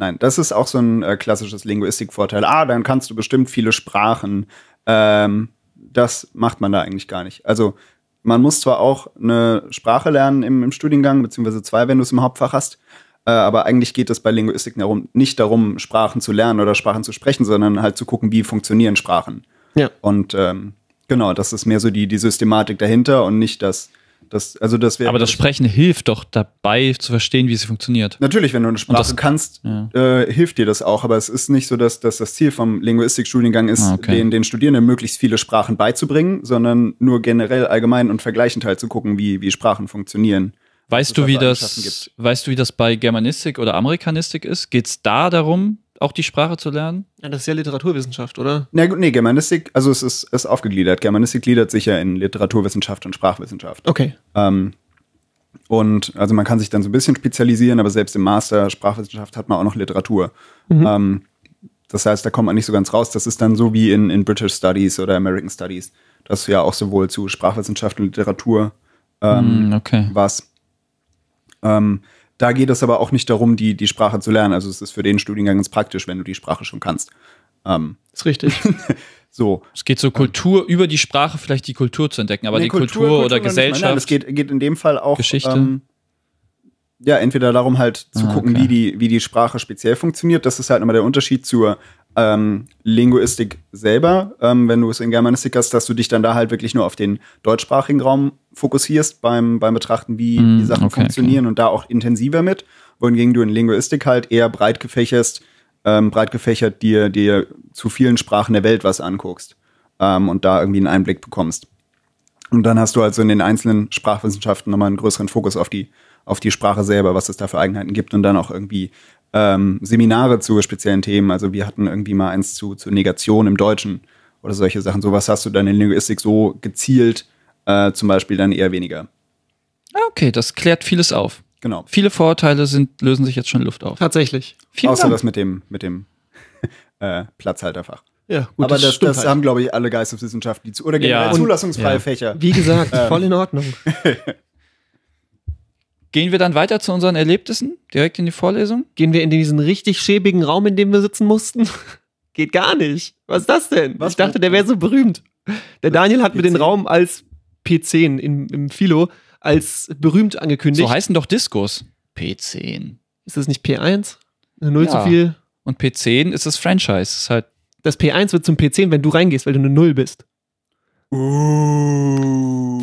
S2: Nein, das ist auch so ein äh, klassisches Linguistikvorteil. Ah, dann kannst du bestimmt viele Sprachen. Ähm, das macht man da eigentlich gar nicht. Also man muss zwar auch eine Sprache lernen im, im Studiengang, beziehungsweise zwei, wenn du es im Hauptfach hast, äh, aber eigentlich geht es bei Linguistik darum, nicht darum, Sprachen zu lernen oder Sprachen zu sprechen, sondern halt zu gucken, wie funktionieren Sprachen.
S7: Ja.
S2: Und ähm, genau, das ist mehr so die, die Systematik dahinter und nicht das, das also das wäre
S1: Aber das Sprechen hilft doch dabei, zu verstehen, wie sie funktioniert.
S2: Natürlich, wenn du eine Sprache
S1: das-
S2: kannst,
S1: ja.
S2: äh, hilft dir das auch. Aber es ist nicht so, dass, dass das Ziel vom Linguistikstudiengang ist,
S1: Ah, okay.
S2: den, den Studierenden möglichst viele Sprachen beizubringen, sondern nur generell allgemein und vergleichend halt zu gucken, wie, wie Sprachen funktionieren
S1: Weißt
S2: es
S1: du, wie
S2: dafür
S1: das,
S2: Eigenschaften gibt.
S1: weißt du, wie das bei Germanistik oder Amerikanistik ist? Geht es da darum, auch die Sprache zu lernen?
S7: Ja, das ist ja Literaturwissenschaft, oder?
S2: Na gut, nee, Germanistik, also es ist, ist aufgegliedert. Germanistik gliedert sich ja in Literaturwissenschaft und Sprachwissenschaft.
S7: Okay.
S2: Ähm, und also man kann sich dann so ein bisschen spezialisieren, aber selbst im Master Sprachwissenschaft hat man auch noch Literatur. Ähm, das heißt, da kommt man nicht so ganz raus. Das ist dann so wie in, in British Studies oder American Studies, dass du ja auch sowohl zu Sprachwissenschaft und Literatur ähm,
S1: Hm, okay.
S2: was. Ähm, da geht es aber auch nicht darum, die, die Sprache zu lernen. Also es ist für den Studiengang ganz praktisch, wenn du die Sprache schon kannst. Ähm,
S7: Ist richtig.
S2: so.
S1: Es geht so Kultur, über die Sprache vielleicht die Kultur zu entdecken, aber
S2: ähm, Nee,
S1: die Kultur, oder
S2: noch nicht mal. Nein, das
S1: Gesellschaft.
S2: geht, geht in dem Fall auch. ähm,
S1: Geschichte?
S2: ja, entweder darum halt zu
S1: Ah,
S2: gucken,
S1: okay.
S2: wie, die, wie die Sprache speziell funktioniert. Das ist halt nochmal der Unterschied zur ähm, Linguistik selber, ähm, wenn du es in Germanistik hast, dass du dich dann da halt wirklich nur auf den deutschsprachigen Raum fokussierst beim, beim Betrachten, wie
S1: Mm,
S2: die Sachen
S1: okay,
S2: funktionieren und da auch intensiver mit. Wohingegen du in Linguistik halt eher breit gefächerst, ähm, breit gefächert dir, dir zu vielen Sprachen der Welt was anguckst ähm, und da irgendwie einen Einblick bekommst. Und dann hast du also in den einzelnen Sprachwissenschaften nochmal einen größeren Fokus auf die, auf die Sprache selber, was es da für Eigenheiten gibt und dann auch irgendwie ähm, Seminare zu speziellen Themen. Also wir hatten irgendwie mal eins zu, zu Negation im Deutschen oder solche Sachen. Sowas hast du dann in Linguistik so gezielt, äh, zum Beispiel dann eher weniger.
S1: Ah, okay, das klärt vieles auf.
S2: Genau.
S1: Viele Vorurteile sind, lösen sich jetzt schon Luft auf.
S7: Tatsächlich.
S1: Vielen
S2: Außer
S1: Dank.
S2: das mit dem, mit dem äh, Platzhalterfach.
S7: Ja, gut,
S2: Aber das,
S7: stimmt halt.
S2: das haben, glaube ich, alle Geisteswissenschaften, die zu, oder
S1: Ja.
S2: generell
S1: Und-
S2: zulassungsfreie
S1: ja.
S2: Fächer.
S7: Wie gesagt, voll in Ordnung.
S1: Gehen wir dann weiter zu unseren Erlebnissen, direkt in die Vorlesung?
S7: Gehen wir in diesen richtig schäbigen Raum, in dem wir sitzen mussten? Geht gar nicht. Was ist das denn?
S2: Was?
S7: ich dachte, der wäre so berühmt. Der Daniel hat mir den
S2: P10?
S7: Raum als P10 im, im Philo als berühmt angekündigt.
S1: So heißen doch Diskos. P10.
S7: ist das nicht P1? Eine Null
S1: Ja.
S7: zu viel.
S1: Und P10 ist das Franchise. Das ist halt
S7: Das P1 wird zum P10, wenn du reingehst, weil du eine Null bist.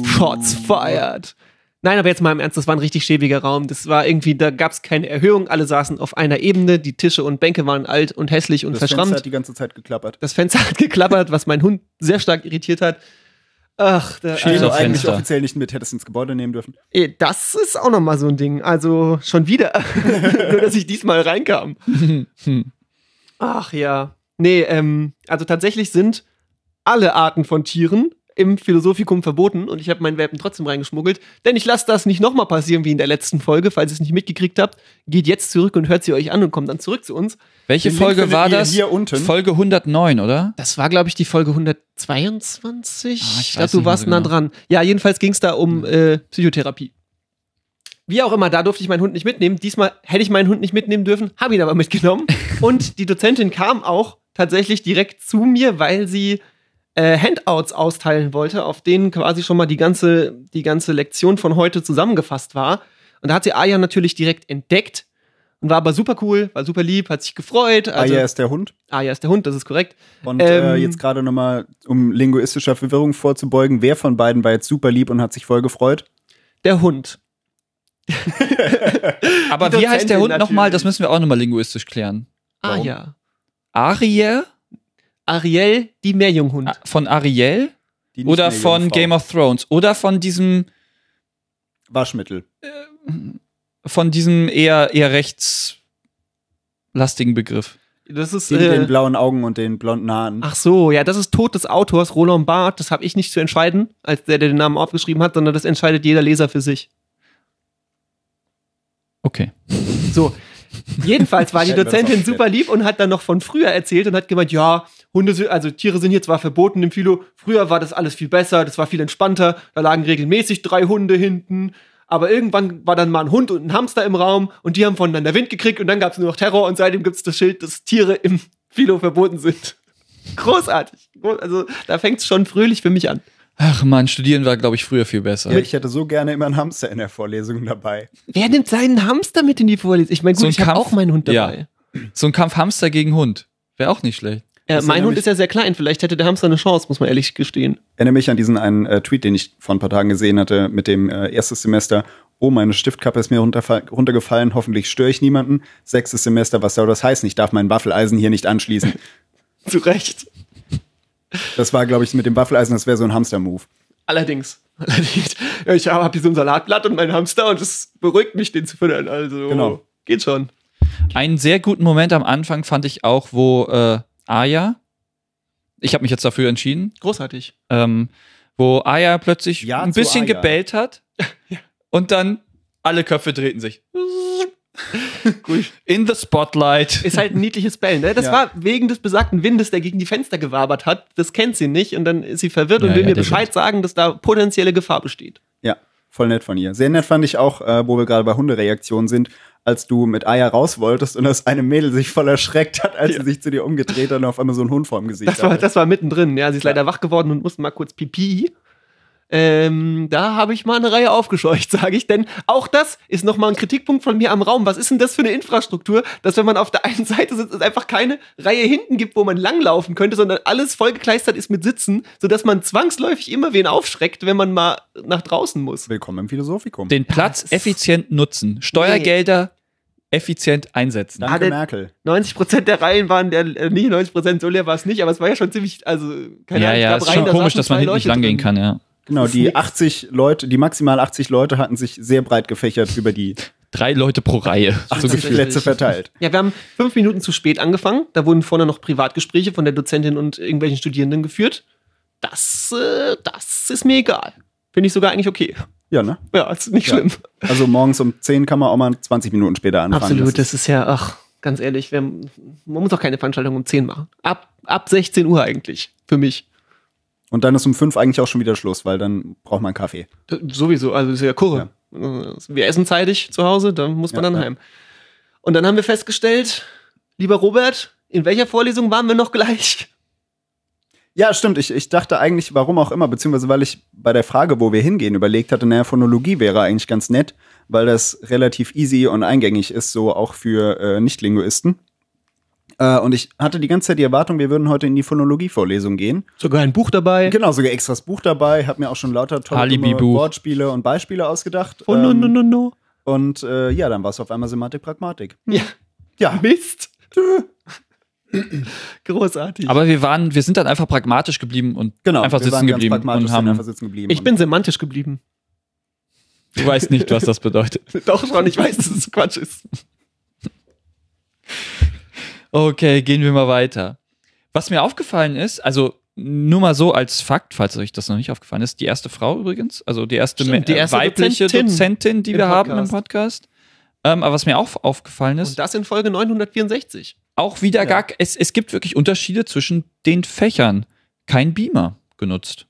S7: Shots fired. Nein, aber jetzt mal im Ernst, das war ein richtig schäbiger Raum. Das war irgendwie, da gab es keine Erhöhung, alle saßen auf einer Ebene, die Tische und Bänke waren alt und hässlich und
S2: das Fenster
S7: verschrammt.
S2: hat die ganze Zeit geklappert.
S7: das Fenster hat geklappert, was meinen Hund sehr stark irritiert hat. Ach, da,
S1: Schäbig.
S2: Steht
S1: Also
S2: doch eigentlich
S1: Fenster.
S2: offiziell nicht mit, hättest ins Gebäude nehmen dürfen.
S7: Ey, das ist auch nochmal so ein Ding. Also schon wieder. Nur, dass ich diesmal reinkam.
S2: Hm.
S7: Ach ja. Nee, ähm, also tatsächlich sind alle Arten von Tieren im Philosophikum verboten und ich habe meinen Welpen trotzdem reingeschmuggelt, denn ich lasse das nicht nochmal passieren wie in der letzten Folge. Falls ihr es nicht mitgekriegt habt, geht jetzt zurück und hört sie euch an und kommt dann zurück zu uns.
S1: Welche
S2: Den Link
S1: Folge
S2: findet
S1: war
S2: ihr
S1: das?
S2: hier unten.
S1: Folge 109, oder?
S7: Das war, glaube ich, die Folge 122.
S1: Ah, ich
S7: ich
S1: weiß
S7: glaube,
S1: nicht
S7: du
S1: mehr
S7: warst
S1: so
S7: nah
S1: genau.
S7: dran. Ja, jedenfalls ging es da um äh, Psychotherapie. Wie auch immer, da durfte ich meinen Hund nicht mitnehmen. Diesmal hätte ich meinen Hund nicht mitnehmen dürfen, habe ihn aber mitgenommen. Und die Dozentin kam auch tatsächlich direkt zu mir, weil sie äh, Handouts austeilen wollte, auf denen quasi schon mal die ganze, die ganze Lektion von heute zusammengefasst war. Und da hat sie Aya natürlich direkt entdeckt und war aber super cool, war super lieb, hat sich gefreut. Also,
S2: ah, ja, ist der Hund.
S7: Aya ist der Hund, das ist korrekt.
S2: Und äh,
S7: Ähm,
S2: jetzt gerade nochmal, um linguistischer Verwirrung vorzubeugen, wer von beiden war jetzt super lieb und hat sich voll gefreut?
S7: Der Hund.
S1: Aber
S7: Die
S1: wie heißt der Hund
S7: Dozentin
S1: nochmal?
S7: natürlich.
S1: Das müssen wir auch nochmal linguistisch klären.
S7: Ah
S2: Warum?
S7: ja.
S1: Ariel?
S7: Ariel, die Meerjunghund.
S1: Ah, Von Ariel?
S2: Die nicht
S1: Oder
S2: mehr
S1: von
S2: Jungfrau.
S1: Game of Thrones? Oder von diesem,
S2: Waschmittel.
S1: von diesem eher, eher rechtslastigen Begriff?
S7: Das ist.
S2: Den,
S7: äh,
S2: den blauen Augen und den blonden Haaren.
S1: Ah.
S7: ach so, ja, das ist Tod des Autors Roland Barth. Das habe ich nicht zu entscheiden, als der, der den Namen aufgeschrieben hat, sondern das entscheidet jeder Leser für sich.
S1: Okay.
S7: So. Jedenfalls war die
S2: Hätten wir das
S7: Dozentin
S2: aufgeklärt.
S7: super lieb und hat dann noch von früher erzählt und hat gemeint, ja, Hunde sind, also Tiere sind hier zwar verboten im Philo, früher war das alles viel besser, das war viel entspannter, da lagen regelmäßig drei Hunde hinten, aber irgendwann war dann mal ein Hund und ein Hamster im Raum und die haben voneinander Wind gekriegt und dann gab es nur noch Terror und seitdem gibt es das Schild, dass Tiere im Philo verboten sind. Großartig. Gro- Also da fängt es schon fröhlich für mich an.
S1: Ach man, studieren war, glaube ich, früher viel besser.
S2: ja, ich hätte so gerne immer einen Hamster in der Vorlesung dabei.
S7: Wer nimmt seinen Hamster mit in die Vorlesung? Ich meine, gut,
S1: So ein
S7: ich habe
S1: Kampf-
S7: auch meinen Hund
S1: Ja.
S7: dabei.
S1: So ein Kampf Hamster gegen Hund. Wäre auch nicht schlecht.
S7: Äh,
S2: Das
S7: mein
S2: erinnert
S7: Hund
S2: mich-
S7: ist ja sehr klein, vielleicht hätte der Hamster eine Chance, muss man ehrlich gestehen.
S2: Erinnere mich an diesen einen äh, Tweet, den ich vor ein paar Tagen gesehen hatte mit dem äh, erstes Semester. Oh, meine Stiftkappe ist mir runterfall- runtergefallen. Hoffentlich störe ich niemanden. Sechstes Semester, was soll das heißen? Ich darf mein Waffeleisen hier nicht anschließen.
S7: Zu Recht.
S2: Das war, glaube ich, mit dem Waffeleisen, das wäre so ein Hamster-Move.
S7: Allerdings.
S5: erledigt. Ja, ich habe hab hier so ein Salatblatt und meinen Hamster und es beruhigt mich, den zu füttern. Also
S2: Genau.
S5: geht schon.
S1: Einen sehr guten Moment am Anfang fand ich auch, wo äh, Aya, ich habe mich jetzt dafür entschieden,
S5: Großartig.
S1: ähm, wo Aya plötzlich
S2: Ja
S1: ein
S2: zu
S1: bisschen
S2: Aya.
S1: gebellt hat und dann alle Köpfe drehten sich. In the spotlight.
S5: Ist halt ein niedliches Bellen. Ne? Das
S2: Ja.
S5: war wegen des besagten Windes, der gegen die Fenster gewabert hat. Das kennt sie nicht und dann ist sie verwirrt und
S1: Ja,
S5: will
S1: ja,
S5: mir
S1: der
S5: Bescheid sagen, dass da potenzielle Gefahr besteht.
S2: Ja, voll nett von ihr. Sehr nett fand ich auch, äh, wo wir gerade bei Hundereaktionen sind, als du mit Eier raus wolltest und das eine Mädel sich voll erschreckt hat, als sie sich zu dir umgedreht hat und auf einmal so einen Hund vorm Gesicht
S5: Das war,
S2: hatte.
S5: das war mittendrin. Ja, sie ist leider wach geworden und musste mal kurz pipi. Ähm, da habe ich mal eine Reihe aufgescheucht, sage ich. Denn auch das ist nochmal ein Kritikpunkt von mir am Raum. Was ist denn das für eine Infrastruktur, dass wenn man auf der einen Seite sitzt, es einfach keine Reihe hinten gibt, wo man langlaufen könnte, sondern alles vollgekleistert ist mit Sitzen, sodass man zwangsläufig immer wen aufschreckt, wenn man mal nach draußen muss.
S2: Willkommen im Philosophikum.
S1: Den Platz effizient nutzen. Steuergelder effizient einsetzen.
S2: Danke,
S5: Ah, der-
S2: Merkel.
S5: 90% der Reihen waren der, äh, nicht 90%, so leer war es nicht, aber es war ja schon ziemlich, also
S1: ja,
S5: keine Ahnung, ich
S1: ja,
S5: glaub,
S1: ist
S5: Reihen,
S1: schon
S5: da
S1: komisch,
S5: saßen
S1: dass man
S5: zwei
S1: hinten nicht
S5: Leute
S1: langgehen
S5: drin.
S1: kann, ja.
S2: Genau,
S5: ist
S2: die
S5: nix.
S2: 80 Leute, die maximal 80 Leute hatten sich sehr breit gefächert über die
S1: Drei Leute pro Reihe. So
S2: 80
S1: gefühlt.
S2: Plätze verteilt.
S5: Ja, wir haben fünf Minuten zu spät angefangen. Da wurden vorne noch Privatgespräche von der Dozentin und irgendwelchen Studierenden geführt. Das, äh, das ist mir egal. Finde ich sogar eigentlich okay.
S2: Ja, ne?
S5: Ja, ist nicht
S2: Ja.
S5: schlimm.
S2: Also morgens um 10 kann man auch mal 20 Minuten später anfangen.
S5: Absolut, das ist ja, ach, ganz ehrlich, wir, man muss auch keine Veranstaltung um 10 machen. Ab, ab 16 Uhr eigentlich, für mich.
S2: Und dann ist um 5 eigentlich auch schon wieder Schluss, weil dann braucht man Kaffee.
S5: D- Sowieso, also ist ja Kurre. Äh, Wir essen zeitig zu Hause, dann muss man
S2: Ja,
S5: dann
S2: ja.
S5: heim. Und dann haben wir festgestellt, lieber Robert, in welcher Vorlesung waren wir noch gleich?
S2: Ja, stimmt. Ich, ich dachte eigentlich, warum auch immer, beziehungsweise weil ich bei der Frage, wo wir hingehen, überlegt hatte, naja, Phonologie wäre eigentlich ganz nett, weil das relativ easy und eingängig ist, so auch für äh, Nichtlinguisten. Äh, und ich hatte die ganze Zeit die Erwartung, wir würden heute in die Phonologie-Vorlesung gehen.
S5: Sogar ein Buch dabei.
S2: Genau, sogar extras Buch dabei, habe mir auch schon lauter tolle dumme
S1: Alibi-Buch.
S2: Wortspiele und Beispiele ausgedacht.
S5: Oh, no, no,
S2: Ähm,
S5: no, no.
S2: und äh, ja, dann war es auf einmal Semantik, Pragmatik.
S5: Ja.
S2: Ja,
S5: Mist. Großartig.
S1: Aber wir waren, wir sind dann einfach pragmatisch geblieben und
S2: genau.
S1: einfach
S2: wir waren
S1: sitzen
S2: ganz
S1: geblieben
S2: pragmatisch,
S1: und
S2: sind
S1: haben.
S2: einfach sitzen geblieben.
S5: ich bin semantisch geblieben.
S1: Du weißt nicht, was das bedeutet.
S5: Doch schon, ich weiß, dass es Quatsch ist.
S1: Okay, gehen wir mal weiter. Was mir aufgefallen ist, also nur mal so als Fakt, falls euch das noch nicht aufgefallen ist, die erste Frau übrigens, also die erste,
S5: Stimmt,
S1: me-
S5: die erste
S1: weibliche
S5: Dozentin
S1: Dozentin, die
S5: im
S1: wir haben im
S5: Podcast.
S1: Podcast. Ähm, aber was mir auch aufgefallen ist,
S5: Und das in Folge 964.
S1: auch wieder
S2: Ja.
S1: gar, es, es gibt wirklich Unterschiede zwischen den Fächern. Kein Beamer genutzt.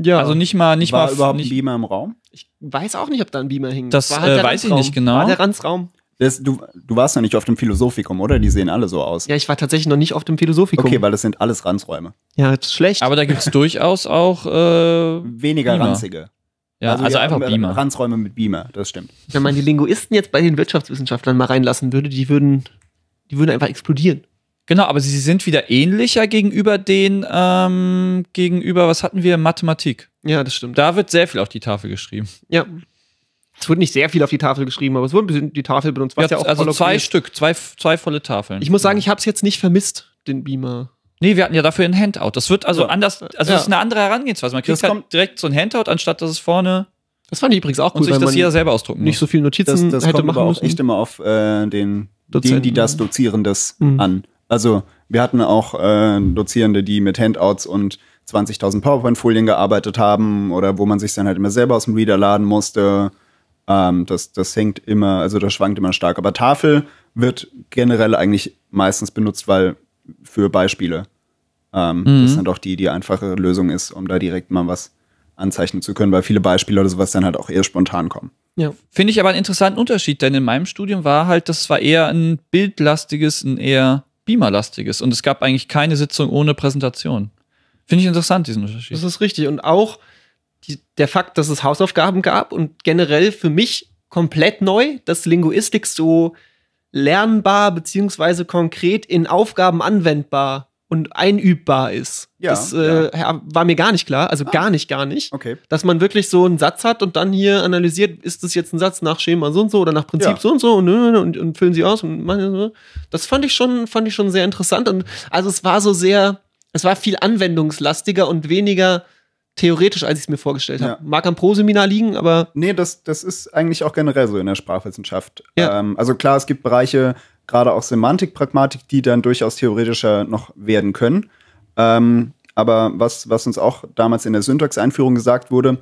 S5: Ja.
S1: Also nicht mal, nicht
S2: nicht war
S1: mal,
S2: überhaupt ein
S1: nicht,
S2: Beamer im Raum?
S5: ich weiß auch nicht, ob da ein Beamer hing. halt
S1: Das, äh,
S5: der
S1: weiß ich
S5: Ranzraum.
S1: nicht genau.
S5: War der Ranzraum.
S2: Das, du, du warst noch nicht auf dem Philosophikum, oder? Die sehen alle so aus.
S5: Ja, ich war tatsächlich noch nicht auf dem Philosophikum.
S2: Okay, weil das sind alles Ranzräume.
S5: Ja, das ist schlecht.
S1: aber da gibt es durchaus auch, äh,
S2: Weniger
S1: Beamer.
S2: ranzige.
S1: ja, also,
S2: ja,
S1: einfach
S2: äh,
S1: Beamer.
S2: Ranzräume mit Beamer, das stimmt.
S5: Wenn man die Linguisten jetzt bei den Wirtschaftswissenschaftlern mal reinlassen würde, die würden, die würden einfach explodieren.
S1: Genau, aber sie sind wieder ähnlicher gegenüber den, ähm, gegenüber, was hatten wir, Mathematik.
S5: Ja, das stimmt.
S1: Da wird sehr viel auf die Tafel geschrieben.
S5: Ja. Es wurde nicht sehr viel auf die Tafel geschrieben, aber es wurde ein bisschen die Tafel benutzt, was ja, auch
S1: also
S5: voll okay
S1: zwei
S5: ist.
S1: Stück, zwei, zwei volle Tafeln.
S5: Ich muss sagen, ich habe es jetzt nicht vermisst, den Beamer.
S1: nee, wir hatten ja dafür ein Handout. Das wird also
S2: Ja.
S1: anders, also
S5: Ja.
S1: das ist eine andere Herangehensweise. Man kriegt
S2: Das
S1: halt
S2: kommt-
S1: direkt so ein Handout, anstatt dass es vorne
S5: Das fand ich übrigens auch
S1: und
S5: gut,
S1: sich
S5: weil
S1: das
S5: man
S1: jeder selber ausdrucken
S5: nicht
S1: muss.
S5: so viel Notizen
S2: Das, das
S5: hätte
S2: kommt aber
S5: machen
S2: auch
S5: müssen.
S2: echt immer auf äh, den, den,
S5: Dozenten.
S2: die das Dozierendes
S5: Mhm.
S2: an. Also wir hatten auch äh, Dozierende, die mit Handouts und 20.000 PowerPoint-Folien gearbeitet haben oder wo man sich dann halt immer selber aus dem Reader laden musste. Ähm, das, das hängt immer, also das schwankt immer stark. Aber Tafel wird generell eigentlich meistens benutzt, weil für Beispiele. Ähm,
S5: Mhm.
S2: Das ist dann doch die, die einfache Lösung ist, um da direkt mal was anzeichnen zu können, weil viele Beispiele oder sowas dann halt auch eher spontan kommen.
S5: ja.
S1: Finde ich aber einen interessanten Unterschied, denn in meinem Studium war halt, das war eher ein bildlastiges, ein eher beamerlastiges. Und es gab eigentlich keine Sitzung ohne Präsentation. Finde ich interessant, diesen Unterschied.
S5: Das ist richtig. Und auch die, der Fakt, dass es Hausaufgaben gab und generell für mich komplett neu, dass Linguistik so lernbar beziehungsweise konkret in Aufgaben anwendbar und einübbar ist.
S2: Ja, Ah.
S5: das äh, war mir gar nicht klar. Also gar nicht, gar nicht.
S2: Okay.
S5: Dass man wirklich so einen Satz hat und dann hier analysiert, ist das jetzt ein Satz nach Schema so und so oder nach Prinzip
S2: Ja.
S5: so und so und, und, und füllen sie aus und machen so. Das fand ich schon, fand ich schon sehr interessant. Und also es war so sehr, es war viel anwendungslastiger und weniger theoretisch, als ich es mir vorgestellt
S2: Ja.
S5: habe. Mag am Proseminar liegen, aber
S2: Nee, das, das ist eigentlich auch generell so in der Sprachwissenschaft.
S5: Ja.
S2: Ähm, also klar, es gibt Bereiche, gerade auch Semantik, Pragmatik, die dann durchaus theoretischer noch werden können. Ähm, aber was, was uns auch damals in der Syntax-Einführung gesagt wurde,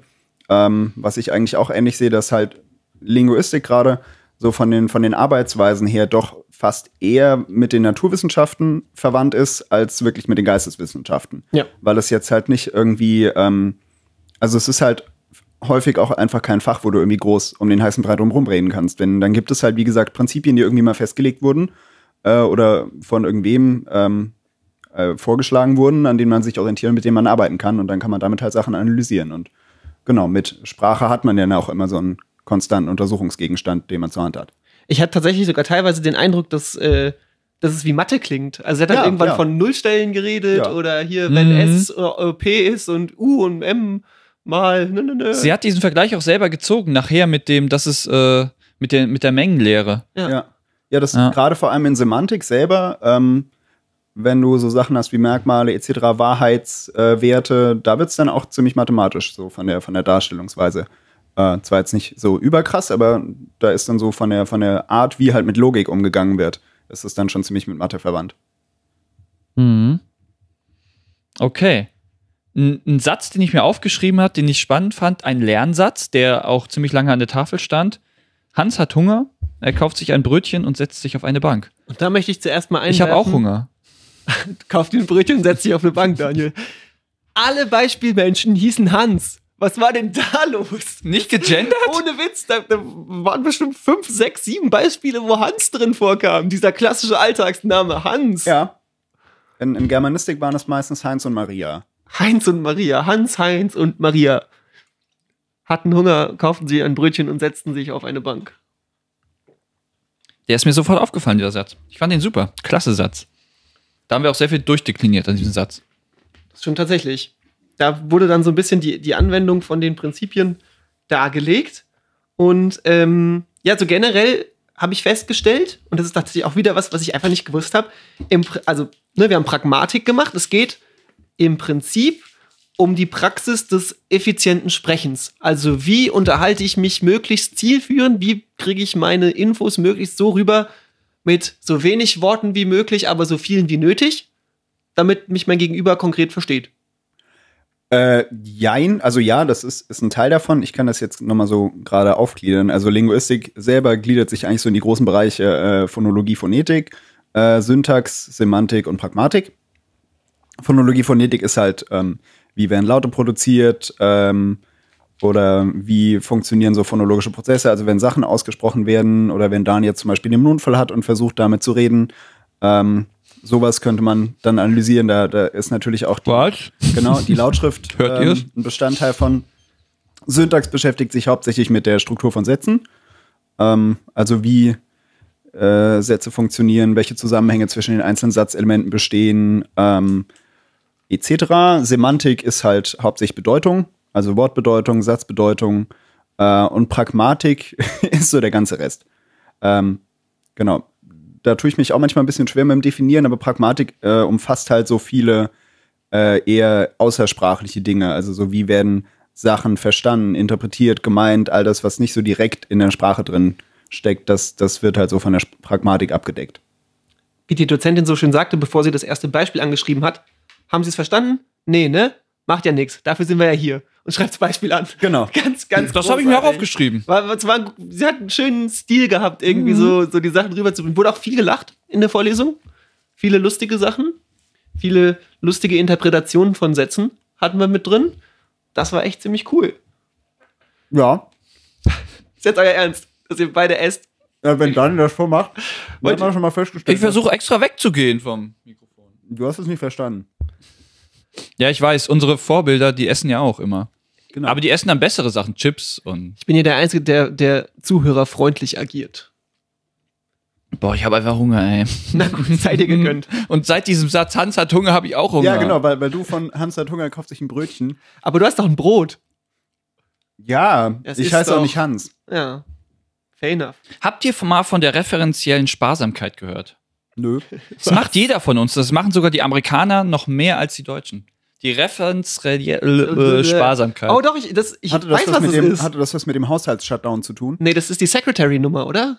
S2: ähm, was ich eigentlich auch ähnlich sehe, dass halt Linguistik gerade so von den, von den Arbeitsweisen her doch fast eher mit den Naturwissenschaften verwandt ist, als wirklich mit den Geisteswissenschaften.
S5: Ja.
S2: Weil es jetzt halt nicht irgendwie, ähm, also es ist halt häufig auch einfach kein Fach, wo du irgendwie groß um den heißen Brei drum rumreden kannst. Denn dann gibt es halt, wie gesagt, Prinzipien, die irgendwie mal festgelegt wurden äh, oder von irgendwem ähm, äh, vorgeschlagen wurden, an denen man sich orientieren, mit denen man arbeiten kann. Und dann kann man damit halt Sachen analysieren. Und genau, mit Sprache hat man dann auch immer so einen konstanten Untersuchungsgegenstand, den man zur Hand hat.
S5: ich hatte tatsächlich sogar teilweise den Eindruck, dass, äh, dass es wie Mathe klingt. Also er hat
S2: Ja,
S5: dann irgendwann
S2: ja.
S5: von Nullstellen geredet
S2: Ja.
S5: oder hier, wenn
S1: Mhm.
S5: S äh, P ist und U und M mal. Nö, nö, nö.
S1: Sie hat diesen Vergleich auch selber gezogen, nachher mit dem, das ist äh, mit, der, mit der Mengenlehre.
S5: Ja.
S2: Ja, ja das
S1: Ja.
S2: gerade vor allem in Semantik selber, ähm, wenn du so Sachen hast wie Merkmale etc., Wahrheitswerte, äh, Werte, da wird es dann auch ziemlich mathematisch, so von der, von der Darstellungsweise. Äh, zwar jetzt nicht so überkrass, aber da ist dann so von der, von der Art, wie halt mit Logik umgegangen wird, ist es dann schon ziemlich mit Mathe verwandt.
S1: Mhm. Okay. Ein, ein Satz, den ich mir aufgeschrieben habe, den ich spannend fand, ein Lernsatz, der auch ziemlich lange an der Tafel stand. Hans hat Hunger, er kauft sich ein Brötchen und setzt sich auf eine Bank.
S5: Und da möchte ich zuerst mal einwerfen.
S1: Ich habe auch Hunger.
S5: Kauf dir ein Brötchen und setz dich auf eine Bank, Daniel. Alle Beispielmenschen hießen Hans. Was war denn da los?
S1: Nicht gegendert?
S5: Ohne Witz, da, da waren bestimmt fünf, sechs, sieben Beispiele, wo Hans drin vorkam. Dieser klassische Alltagsname Hans.
S2: Ja. In, in Germanistik waren es meistens Heinz und Maria.
S5: Heinz und Maria, Hans, Heinz und Maria hatten Hunger, kauften sie ein Brötchen und setzten sich auf eine Bank.
S1: Der ist mir sofort aufgefallen, dieser Satz. Ich fand den super. Klasse Satz. Da haben wir auch sehr viel durchdekliniert an diesem Satz.
S5: Das stimmt tatsächlich. Da wurde dann so ein bisschen die, die Anwendung von den Prinzipien dargelegt. Und ähm, ja, so generell habe ich festgestellt, und das ist tatsächlich auch wieder was, was ich einfach nicht gewusst habe, im Pr- also ne, wir haben Pragmatik gemacht. Es geht im Prinzip um die Praxis des effizienten Sprechens. Also wie unterhalte ich mich möglichst zielführend, wie kriege ich meine Infos möglichst so rüber mit so wenig Worten wie möglich, aber so vielen wie nötig damit mich mein Gegenüber konkret versteht.
S2: Äh, jein, also ja, das ist, ist ein Teil davon. Ich kann das jetzt nochmal so gerade aufgliedern. Also Linguistik selber gliedert sich eigentlich so in die großen Bereiche äh, Phonologie, Phonetik, äh, Syntax, Semantik und Pragmatik. Phonologie, Phonetik ist halt, ähm, wie werden Laute produziert ähm, oder wie funktionieren so phonologische Prozesse. Also wenn Sachen ausgesprochen werden oder wenn Dan jetzt zum Beispiel den Mundfall hat und versucht damit zu reden, ähm, sowas könnte man dann analysieren. Da, da ist natürlich auch die
S1: Was?
S2: Genau, die Lautschrift
S1: Hört
S2: ähm,
S1: ihr's?
S2: ein Bestandteil von Syntax beschäftigt sich hauptsächlich mit der Struktur von Sätzen. Ähm, also wie äh, Sätze funktionieren, welche Zusammenhänge zwischen den einzelnen Satzelementen bestehen, ähm, etc. Semantik ist halt hauptsächlich Bedeutung, also Wortbedeutung, Satzbedeutung äh, und Pragmatik ist so der ganze Rest. Ähm, genau. Da tue ich mich auch manchmal ein bisschen schwer mit dem Definieren, aber Pragmatik äh, umfasst halt so viele äh, eher außersprachliche Dinge. Also so wie werden Sachen verstanden, interpretiert, gemeint, all das, was nicht so direkt in der Sprache drin steckt, das, das wird halt so von der Sp- Pragmatik abgedeckt.
S5: Wie die Dozentin so schön sagte, bevor sie das erste Beispiel angeschrieben hat, haben Sie es verstanden? Nee, ne? Macht ja nichts. Dafür sind wir ja hier. Und schreibt das Beispiel an.
S2: Genau.
S5: Ganz, ganz
S1: Das habe ich mir auch
S5: großartig.
S1: aufgeschrieben.
S5: War, war, es war, sie hat einen schönen Stil gehabt, irgendwie so, so die Sachen rüberzubringen. Wurde auch viel gelacht in der Vorlesung. Viele lustige Sachen. Viele lustige Interpretationen von Sätzen hatten wir mit drin. Das war echt ziemlich cool.
S2: Ja,
S5: Ist jetzt euer Ernst, dass ihr beide esst.
S2: äh, wenn Daniel das schon macht,
S5: Wollt-
S2: wollte man schon mal festgestellt.
S1: Ich versuche extra wegzugehen vom Mikrofon.
S2: Du hast es nicht verstanden.
S1: Ja, ich weiß, unsere Vorbilder, die essen ja auch immer.
S2: Genau.
S1: Aber die essen dann bessere Sachen, Chips und.
S5: Ich bin hier der Einzige, der, der zuhörerfreundlich agiert.
S1: Boah, ich habe einfach Hunger, ey.
S5: Na gut, sei dir gegönnt.
S1: Und seit diesem Satz, Hans hat Hunger, habe ich auch Hunger.
S2: Ja, genau, weil, weil du von Hans hat Hunger kauft sich ein Brötchen.
S5: Aber du hast doch ein Brot.
S2: Ja,
S5: Das
S2: ich
S5: ist
S2: heiße auch
S5: doch-
S2: nicht Hans.
S5: Ja. Fair enough.
S1: Habt ihr mal von der referenziellen Sparsamkeit gehört?
S2: Nö.
S1: Das macht jeder von uns. Das machen sogar die Amerikaner noch mehr als die Deutschen. Die äh, Referenzsparsamkeit.
S7: Oh doch, ich, das, ich
S2: Äh, Hatte das,
S7: weiß,
S2: was
S7: was
S2: mit
S7: es
S2: dem,
S7: ist.
S2: hatte das was mit dem Haushalts-Shutdown zu tun?
S7: Nee, das ist die Secretary-Nummer, oder?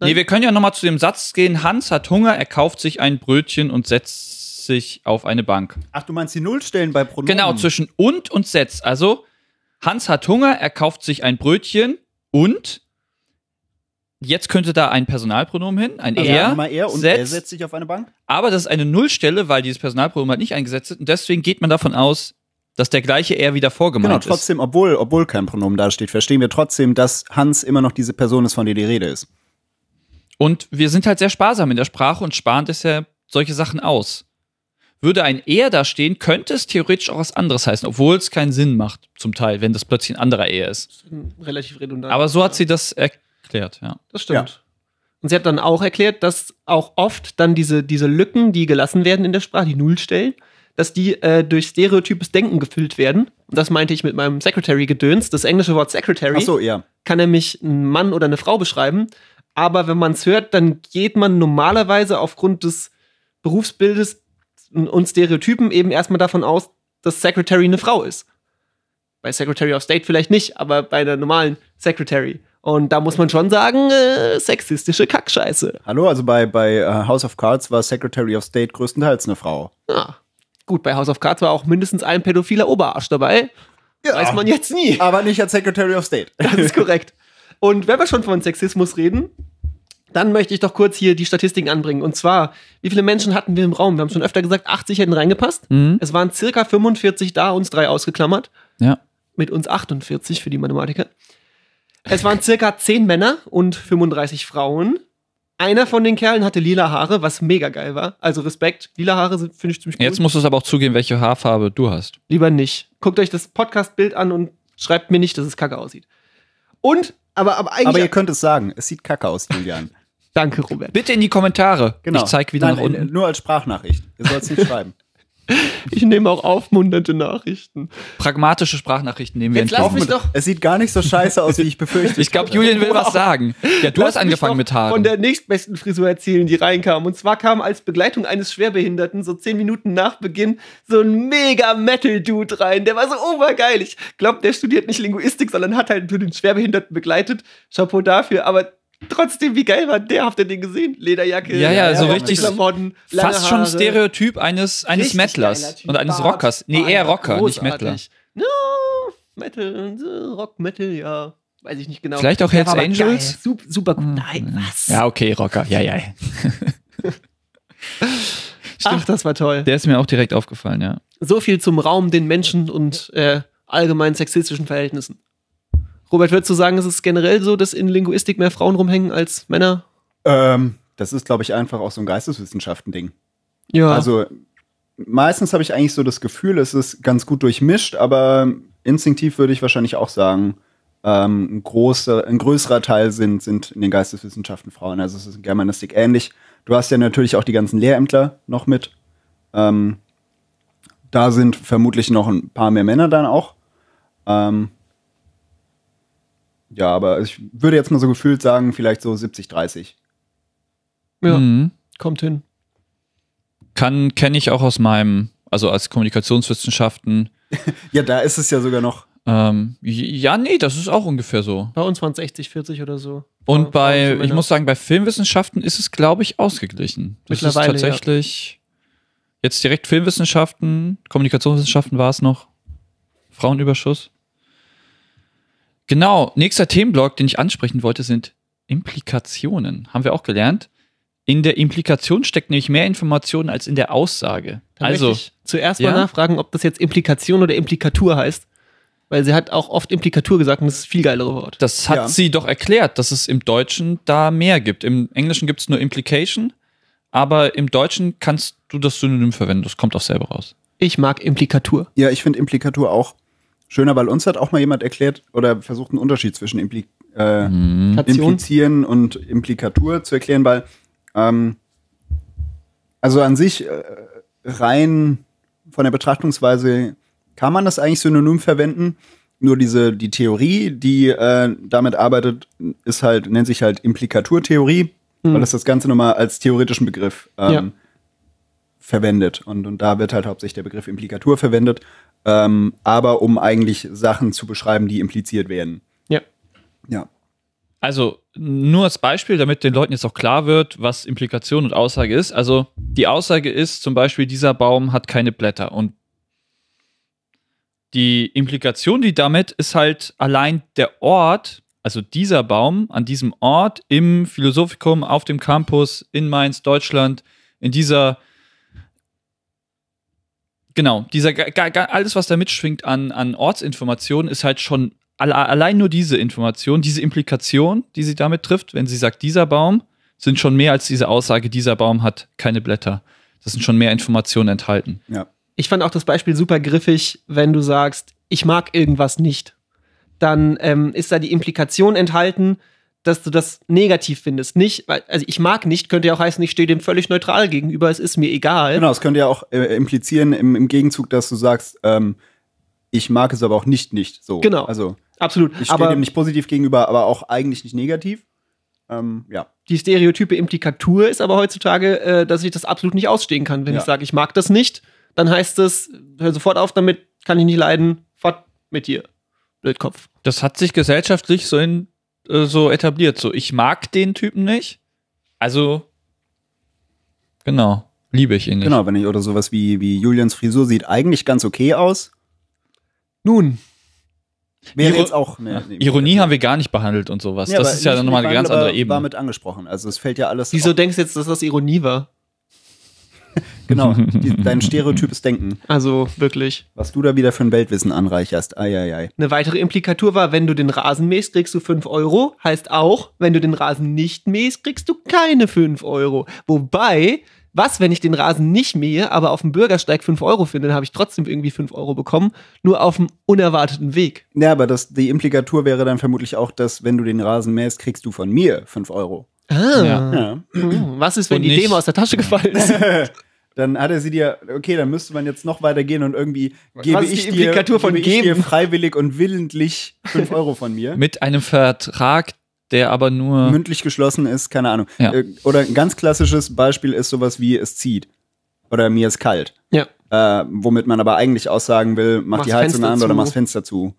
S1: nee, wir können ja nochmal zu dem Satz gehen. Hans hat Hunger, er kauft sich ein Brötchen und setzt sich auf eine Bank.
S2: Ach, du meinst die Nullstellen bei Pronomen? Also
S1: Genau, zwischen und und setzt. Also, Hans hat Hunger, er kauft sich ein Brötchen und jetzt könnte da ein Personalpronomen hin, ein
S2: also
S1: er,
S2: Mal er und
S1: setzt,
S2: er setzt sich auf eine Bank?
S1: aber das ist eine Nullstelle, weil dieses Personalpronomen halt nicht eingesetzt ist und deswegen geht man davon aus, dass der gleiche er wieder vorgemeint
S2: Genau,
S1: ist.
S2: trotzdem, obwohl, obwohl kein Pronomen dasteht, verstehen wir trotzdem, dass Hans immer noch diese Person ist, von der die Rede ist.
S1: Und wir sind halt sehr sparsam in der Sprache und sparen deshalb solche Sachen aus. Würde ein er da stehen, könnte es theoretisch auch was anderes heißen, obwohl es keinen Sinn macht, zum Teil, wenn das plötzlich ein anderer er ist.
S7: Relativ
S2: halt
S7: redundant.
S1: Aber so hat sie das erklärt, ja.
S7: Das stimmt. Und sie hat dann auch erklärt, dass auch oft dann diese, diese Lücken, die gelassen werden in der Sprache, die Nullstellen, dass die äh, durch stereotypes Denken gefüllt werden. Und das meinte ich mit meinem Secretary-Gedöns. Das englische Wort Secretary
S2: Ach so, ja.
S7: kann nämlich einen Mann oder eine Frau beschreiben. Aber wenn man es hört, dann geht man normalerweise aufgrund des Berufsbildes und- und Stereotypen eben erstmal davon aus, dass Secretary eine Frau ist. Bei Secretary of State vielleicht nicht, aber bei der normalen Secretary. Und da muss man schon sagen, äh, sexistische Kackscheiße.
S2: Hallo, also bei, bei äh, House of Cards war Secretary of State größtenteils eine Frau.
S7: Ja. Gut, bei House of Cards war auch mindestens ein pädophiler Oberarsch dabei. Weiß man jetzt nie.
S2: Aber nicht als Secretary of State.
S7: Das ist korrekt. Und wenn wir schon von Sexismus reden, dann möchte ich doch kurz hier die Statistiken anbringen. Und zwar, wie viele Menschen hatten wir im Raum? Wir haben schon öfter gesagt, 80 hätten reingepasst. Es waren circa 45 da, uns drei ausgeklammert.
S1: Ja.
S7: Mit uns 48 für die Mathematiker. Es waren circa 10 Männer und 35 Frauen. Einer von den Kerlen hatte lila Haare, was mega geil war. Also Respekt, lila Haare sind- finde ich ziemlich cool.
S1: Jetzt musst du es aber auch zugeben, welche Haarfarbe du hast.
S7: Lieber nicht. Guckt euch das Podcast-Bild an und schreibt mir nicht, dass es kacke aussieht. Und, aber, aber eigentlich.
S2: Aber ihr könnt es sagen, es sieht kacke aus, Julian.
S7: Danke, Robert.
S1: Bitte in die Kommentare.
S7: Genau.
S1: Ich zeig wieder
S2: Nein,
S1: nach unten.
S2: äh, Nur als Sprachnachricht. Ihr sollt es nicht schreiben.
S7: Ich nehme auch aufmunternde Nachrichten.
S1: Pragmatische Sprachnachrichten nehmen wir
S7: Jetzt lass
S1: entgegen.
S7: mich doch.
S2: Es sieht gar nicht so scheiße aus, wie ich befürchte.
S1: Ich glaube, Julian will was sagen. Ja, du
S7: Lass
S1: hast
S7: mich
S1: angefangen
S7: doch
S1: mit
S7: Von
S1: Haaren.
S7: der nächstbesten Frisur erzählen, die reinkam. Und zwar kam als Begleitung eines Schwerbehinderten, so zehn Minuten nach Beginn, so ein mega Metal-Dude rein. Der war so obergeil. Ich glaube, der studiert nicht Linguistik, sondern hat halt nur den Schwerbehinderten begleitet. Chapeau dafür. Aber trotzdem, wie geil war der? Habt ihr den gesehen? Lederjacke,
S1: Ja, ja, so
S7: rote
S1: richtig
S7: Klamotten, lange
S1: Fast schon ein
S7: Haare.
S1: Stereotyp eines, eines
S7: Richtig geiler
S1: Mettlers
S7: Typ.
S1: und eines
S7: Bart,
S1: Rockers. Nee,
S7: Bart,
S1: eher Rocker, nicht
S7: großartig.
S1: Mettler.
S7: No, Metal, äh, Rock, Metal, ja. Weiß ich nicht genau.
S1: Vielleicht auch
S7: Der war
S1: Hells
S7: aber
S1: Angels?
S7: Geil. Super, super gut.
S1: Mhm.
S7: Nein, was?
S1: Ja, okay, Rocker. Ja, ja.
S7: Ach, das war toll.
S1: Der ist mir auch direkt aufgefallen, ja.
S7: So viel zum Raum, den Menschen und äh, allgemein sexistischen Verhältnissen. Robert, würdest du sagen, es ist generell so, dass in Linguistik mehr Frauen rumhängen als Männer?
S2: Ähm, das ist, glaube ich, einfach auch so ein Geisteswissenschaften-Ding.
S7: Ja.
S2: Also meistens habe ich eigentlich so das Gefühl, es ist ganz gut durchmischt, aber instinktiv würde ich wahrscheinlich auch sagen, ähm, ein, großer, ein größerer Teil sind, sind in den Geisteswissenschaften Frauen. Also es ist in Germanistik ähnlich. Du hast ja natürlich auch die ganzen Lehrämtler noch mit. Ähm, da sind vermutlich noch ein paar mehr Männer dann auch. Ähm, ja, aber ich würde jetzt mal so gefühlt sagen, vielleicht so 70, 30.
S7: ja.
S1: Mhm.
S7: Kommt hin.
S1: Kann, kenne ich auch aus meinem, also als Kommunikationswissenschaften.
S2: Ja, da ist es ja sogar noch
S1: Ähm, ja, nee, das ist auch ungefähr so.
S7: Bei uns waren es 60, 40 oder so.
S1: Und
S7: Frauen
S1: bei,
S7: zu
S1: ich
S7: Männern.
S1: muss sagen, bei Filmwissenschaften ist es, glaube ich, ausgeglichen. Das
S7: Mittlerweile,
S1: ist
S7: ja.
S1: tatsächlich jetzt direkt Filmwissenschaften, Kommunikationswissenschaften war es noch. Frauenüberschuss. Genau, nächster Themenblock, den ich ansprechen wollte, sind Implikationen. Haben wir auch gelernt. In der Implikation steckt nämlich mehr Information als in der Aussage.
S7: Da
S1: also,
S7: möchte ich zuerst
S1: Ja?
S7: mal nachfragen, ob das jetzt Implikation oder Implikatur heißt. Weil sie hat auch oft Implikatur gesagt und das ist ein viel geilere Wort.
S1: das hat
S2: Ja.
S1: sie doch erklärt, dass es im Deutschen da mehr gibt. Im Englischen gibt es nur Implication, aber im Deutschen kannst du das Synonym verwenden. Das kommt auch selber raus.
S7: Ich mag Implikatur.
S2: Ja, ich finde Implikatur auch schöner, weil uns hat auch mal jemand erklärt oder versucht einen Unterschied zwischen Impli äh,
S1: Mhm.
S7: Implikationen.
S2: Implizieren und Implikatur zu erklären, weil ähm, also an sich äh, rein von der Betrachtungsweise kann man das eigentlich synonym verwenden. Nur diese die Theorie, die äh, damit arbeitet, ist halt nennt sich halt Implikaturtheorie, weil das das Ganze nochmal als theoretischen Begriff ähm,
S7: Ja.
S2: verwendet. Und, und da wird halt hauptsächlich der Begriff Implikatur verwendet, ähm, aber um eigentlich Sachen zu beschreiben, die impliziert werden.
S5: Ja.
S2: Ja.
S1: Also nur als Beispiel, damit den Leuten jetzt auch klar wird, was Implikation und Aussage ist. Also die Aussage ist zum Beispiel, dieser Baum hat keine Blätter. Und die Implikation, die damit ist halt allein der Ort, also dieser Baum an diesem Ort im Philosophikum, auf dem Campus, in Mainz, Deutschland, in dieser, genau, dieser, ga- ga- ga- alles, was da mitschwingt an, an Ortsinformationen, ist halt schon alle- allein nur diese Information, diese Implikation, die sie damit trifft, wenn sie sagt, dieser Baum, sind schon mehr als diese Aussage, dieser Baum hat keine Blätter. Das sind schon mehr Informationen enthalten.
S5: Ich fand auch das Beispiel super griffig, wenn du sagst, ich mag irgendwas nicht. Dann ähm, ist da die Implikation enthalten, dass du das negativ findest. Nicht, weil, also ich mag nicht, könnte ja auch heißen, ich stehe dem völlig neutral gegenüber, es ist mir egal.
S2: Genau, es könnte ja auch äh, implizieren im, im Gegenzug, dass du sagst, ähm, ich mag es aber auch nicht nicht so.
S5: Genau.
S2: Also
S5: Absolut.
S2: ich stehe
S5: Aber
S2: dem nicht positiv gegenüber, aber auch eigentlich nicht negativ. Ähm, ja.
S5: die stereotype Implikatur ist aber heutzutage, äh, dass ich das absolut nicht ausstehen kann. Wenn
S2: Ja.
S5: ich sage, ich mag das nicht, dann heißt es, hör sofort auf damit, kann ich nicht leiden, fort mit dir. Blödkopf.
S1: Das hat sich gesellschaftlich so, in, äh, so etabliert. So, ich mag den Typen nicht. Also, genau, liebe ich ihn nicht.
S2: Genau, wenn ich oder sowas wie, wie Julians Frisur sieht eigentlich ganz okay aus.
S5: Nun,
S2: Wäre
S1: Iro-
S2: jetzt auch ne, eine,
S1: Ja. Ironie haben wir gar nicht behandelt und sowas. das ist ja dann nochmal eine ganz andere
S2: äh, War
S1: Ebene.
S2: mit angesprochen. Also es fällt ja alles
S5: wieso
S2: auf.
S5: denkst du jetzt, dass das Ironie war?
S2: genau die, dein stereotypes Denken,
S5: Also wirklich.
S2: was du da wieder für ein Weltwissen anreicherst. Ei, ei, ei.
S5: Eine weitere Implikatur war, wenn du den Rasen mähst, kriegst du 5 Euro. Heißt auch, wenn du den Rasen nicht mähst, kriegst du keine 5 Euro. Wobei, was, wenn ich den Rasen nicht mähe, aber auf dem Bürgersteig 5 Euro finde, dann habe ich trotzdem irgendwie 5 Euro bekommen, nur auf dem unerwarteten Weg.
S2: Ja, aber das, die Implikatur wäre dann vermutlich auch, dass wenn du den Rasen mähst, kriegst du von mir 5 Euro.
S5: Ah.
S1: Ja.
S2: Ja.
S5: Hm, Was ist, wenn
S1: Und
S5: die
S1: nicht-
S5: Demo aus der Tasche gefallen ist?
S2: Dann hat er sie dir, okay, dann müsste man jetzt noch weiter gehen und irgendwie gebe
S5: ist die
S2: ich, dir,
S5: Implikatur von
S2: gebe ich dir
S5: geben?
S2: freiwillig und willentlich 5 Euro von mir.
S1: Mit einem Vertrag, der aber nur.
S2: mündlich geschlossen ist, keine Ahnung.
S1: Ja.
S2: Äh, Oder ein ganz klassisches Beispiel ist sowas wie es zieht oder mir ist kalt.
S5: Ja.
S2: Äh, womit man aber eigentlich aussagen will, mach
S5: Mach's
S2: die Heizung
S5: Fenster
S2: an oder
S5: zu.
S2: mach's Fenster zu.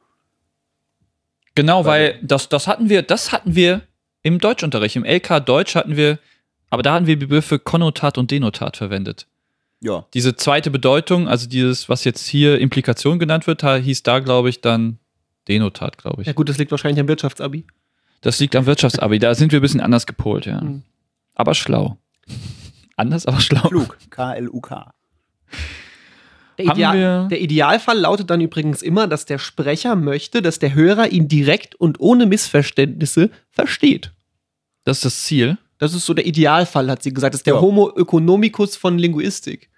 S1: Genau, weil das, das hatten wir, das hatten wir im Deutschunterricht. Im LK Deutsch hatten wir, aber da hatten wir die Begriffe Konnotat und Denotat verwendet.
S2: Ja.
S1: Diese zweite Bedeutung, also dieses, was jetzt hier Implikation genannt wird, ha- hieß da, glaube ich, dann Denotat, glaube ich.
S5: Ja gut, das liegt wahrscheinlich am Wirtschaftsabi.
S1: Das liegt am Wirtschaftsabi. Da sind wir ein bisschen anders gepolt, ja.
S5: Mhm.
S1: Aber schlau. Anders, aber schlau.
S2: Klug. K-L-U-K.
S5: Der,
S1: Haben
S5: Ideal,
S1: wir-
S5: der Idealfall lautet dann übrigens immer, dass der Sprecher möchte, dass der Hörer ihn direkt und ohne Missverständnisse versteht.
S1: Das ist das Ziel.
S5: Das ist so der Idealfall, hat sie gesagt. Das ist der
S2: Ja.
S5: Homo economicus von Linguistik.